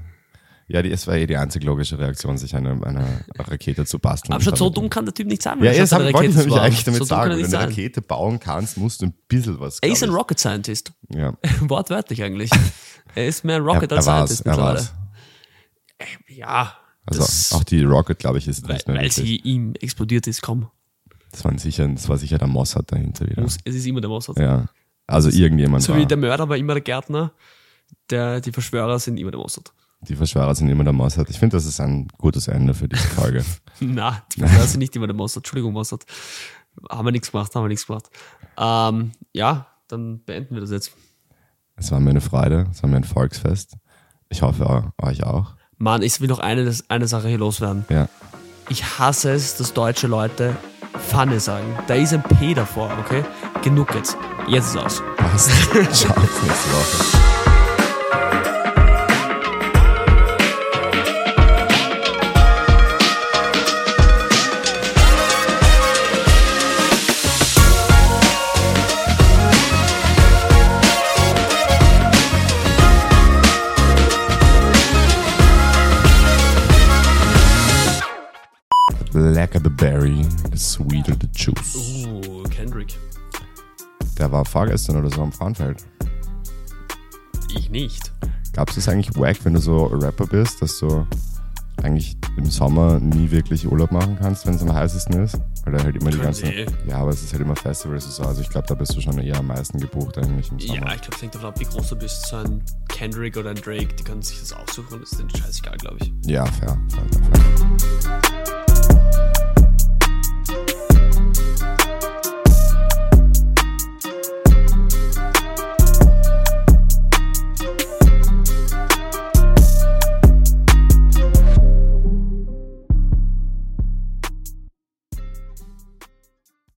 [SPEAKER 1] Ja, die, es war eh die einzig logische Reaktion, sich eine, eine Rakete zu basteln.
[SPEAKER 2] Aber schon so
[SPEAKER 1] Damit-
[SPEAKER 2] dumm kann der Typ nicht sein. wenn
[SPEAKER 1] Ja, ja,
[SPEAKER 2] er schon
[SPEAKER 1] das
[SPEAKER 2] seine
[SPEAKER 1] hab- wollte ich
[SPEAKER 2] Rakete
[SPEAKER 1] nämlich
[SPEAKER 2] baut.
[SPEAKER 1] eigentlich damit
[SPEAKER 2] so dumm kann
[SPEAKER 1] sagen.
[SPEAKER 2] er
[SPEAKER 1] Wenn
[SPEAKER 2] nicht
[SPEAKER 1] du eine
[SPEAKER 2] sein.
[SPEAKER 1] Rakete bauen kannst, musst du ein bisschen was.
[SPEAKER 2] Er ist ein
[SPEAKER 1] glaub
[SPEAKER 2] Rocket Scientist.
[SPEAKER 1] ich. Ja.
[SPEAKER 2] Wortwörtlich eigentlich. Er ist mehr ein
[SPEAKER 1] Er,
[SPEAKER 2] Rocket
[SPEAKER 1] er
[SPEAKER 2] als
[SPEAKER 1] war's,
[SPEAKER 2] Scientist
[SPEAKER 1] er
[SPEAKER 2] mittlerweile.
[SPEAKER 1] war's.
[SPEAKER 2] Ja.
[SPEAKER 1] Also
[SPEAKER 2] das-
[SPEAKER 1] auch die Rocket, glaube ich, ist
[SPEAKER 2] weil,
[SPEAKER 1] nicht mehr
[SPEAKER 2] weil
[SPEAKER 1] wichtig.
[SPEAKER 2] sie ihm explodiert ist, komm.
[SPEAKER 1] Das war sicher, das war sicher der Mossad dahinter wieder.
[SPEAKER 2] Muss, es ist immer der Mossad.
[SPEAKER 1] Ja. Also irgendjemand
[SPEAKER 2] So
[SPEAKER 1] war.
[SPEAKER 2] wie der Mörder war immer der Gärtner, der, die Verschwörer sind immer der Mossad.
[SPEAKER 1] Die Verschwörer sind immer der Mossad. Ich finde, das ist ein gutes Ende für diese Folge.
[SPEAKER 2] Na, die Verschwörer sind nicht immer der Mossad. Entschuldigung, Mossad. Haben wir nichts gemacht, haben wir nichts gemacht. Ähm, ja, dann beenden wir das jetzt.
[SPEAKER 1] es war mir eine Freude, es war mir ein Volksfest. Ich hoffe, eu- euch auch.
[SPEAKER 2] Mann, ich will noch eine, eine Sache hier loswerden.
[SPEAKER 1] Ja.
[SPEAKER 2] Ich hasse es, dass deutsche Leute Pfanne sagen. Da ist ein P davor, okay? Genug jetzt. Jetzt ist aus.
[SPEAKER 1] Passt. Ciao, bis nächste Woche. Lecker the berry, the sweeter the juice.
[SPEAKER 2] Uh, Kendrick.
[SPEAKER 1] Der war vorgestern oder so am Frauenfeld.
[SPEAKER 2] Ich nicht.
[SPEAKER 1] Glaubst du es eigentlich wack, wenn du so Rapper bist, dass du eigentlich im Sommer nie wirklich Urlaub machen kannst, wenn es am heißesten ist? Weil da halt immer die
[SPEAKER 2] Können
[SPEAKER 1] ganzen.
[SPEAKER 2] sie eh.
[SPEAKER 1] Ja, aber es ist halt immer Festivals und so. Also ich glaube, da bist du schon eher am meisten gebucht eigentlich im Sommer.
[SPEAKER 2] Ja, ich glaube, es hängt davon ab, wie groß du bist. So ein Kendrick oder ein Drake, die können sich das aussuchen. Das ist denen scheißegal, glaube ich.
[SPEAKER 1] Ja, fair. fair, fair, fair.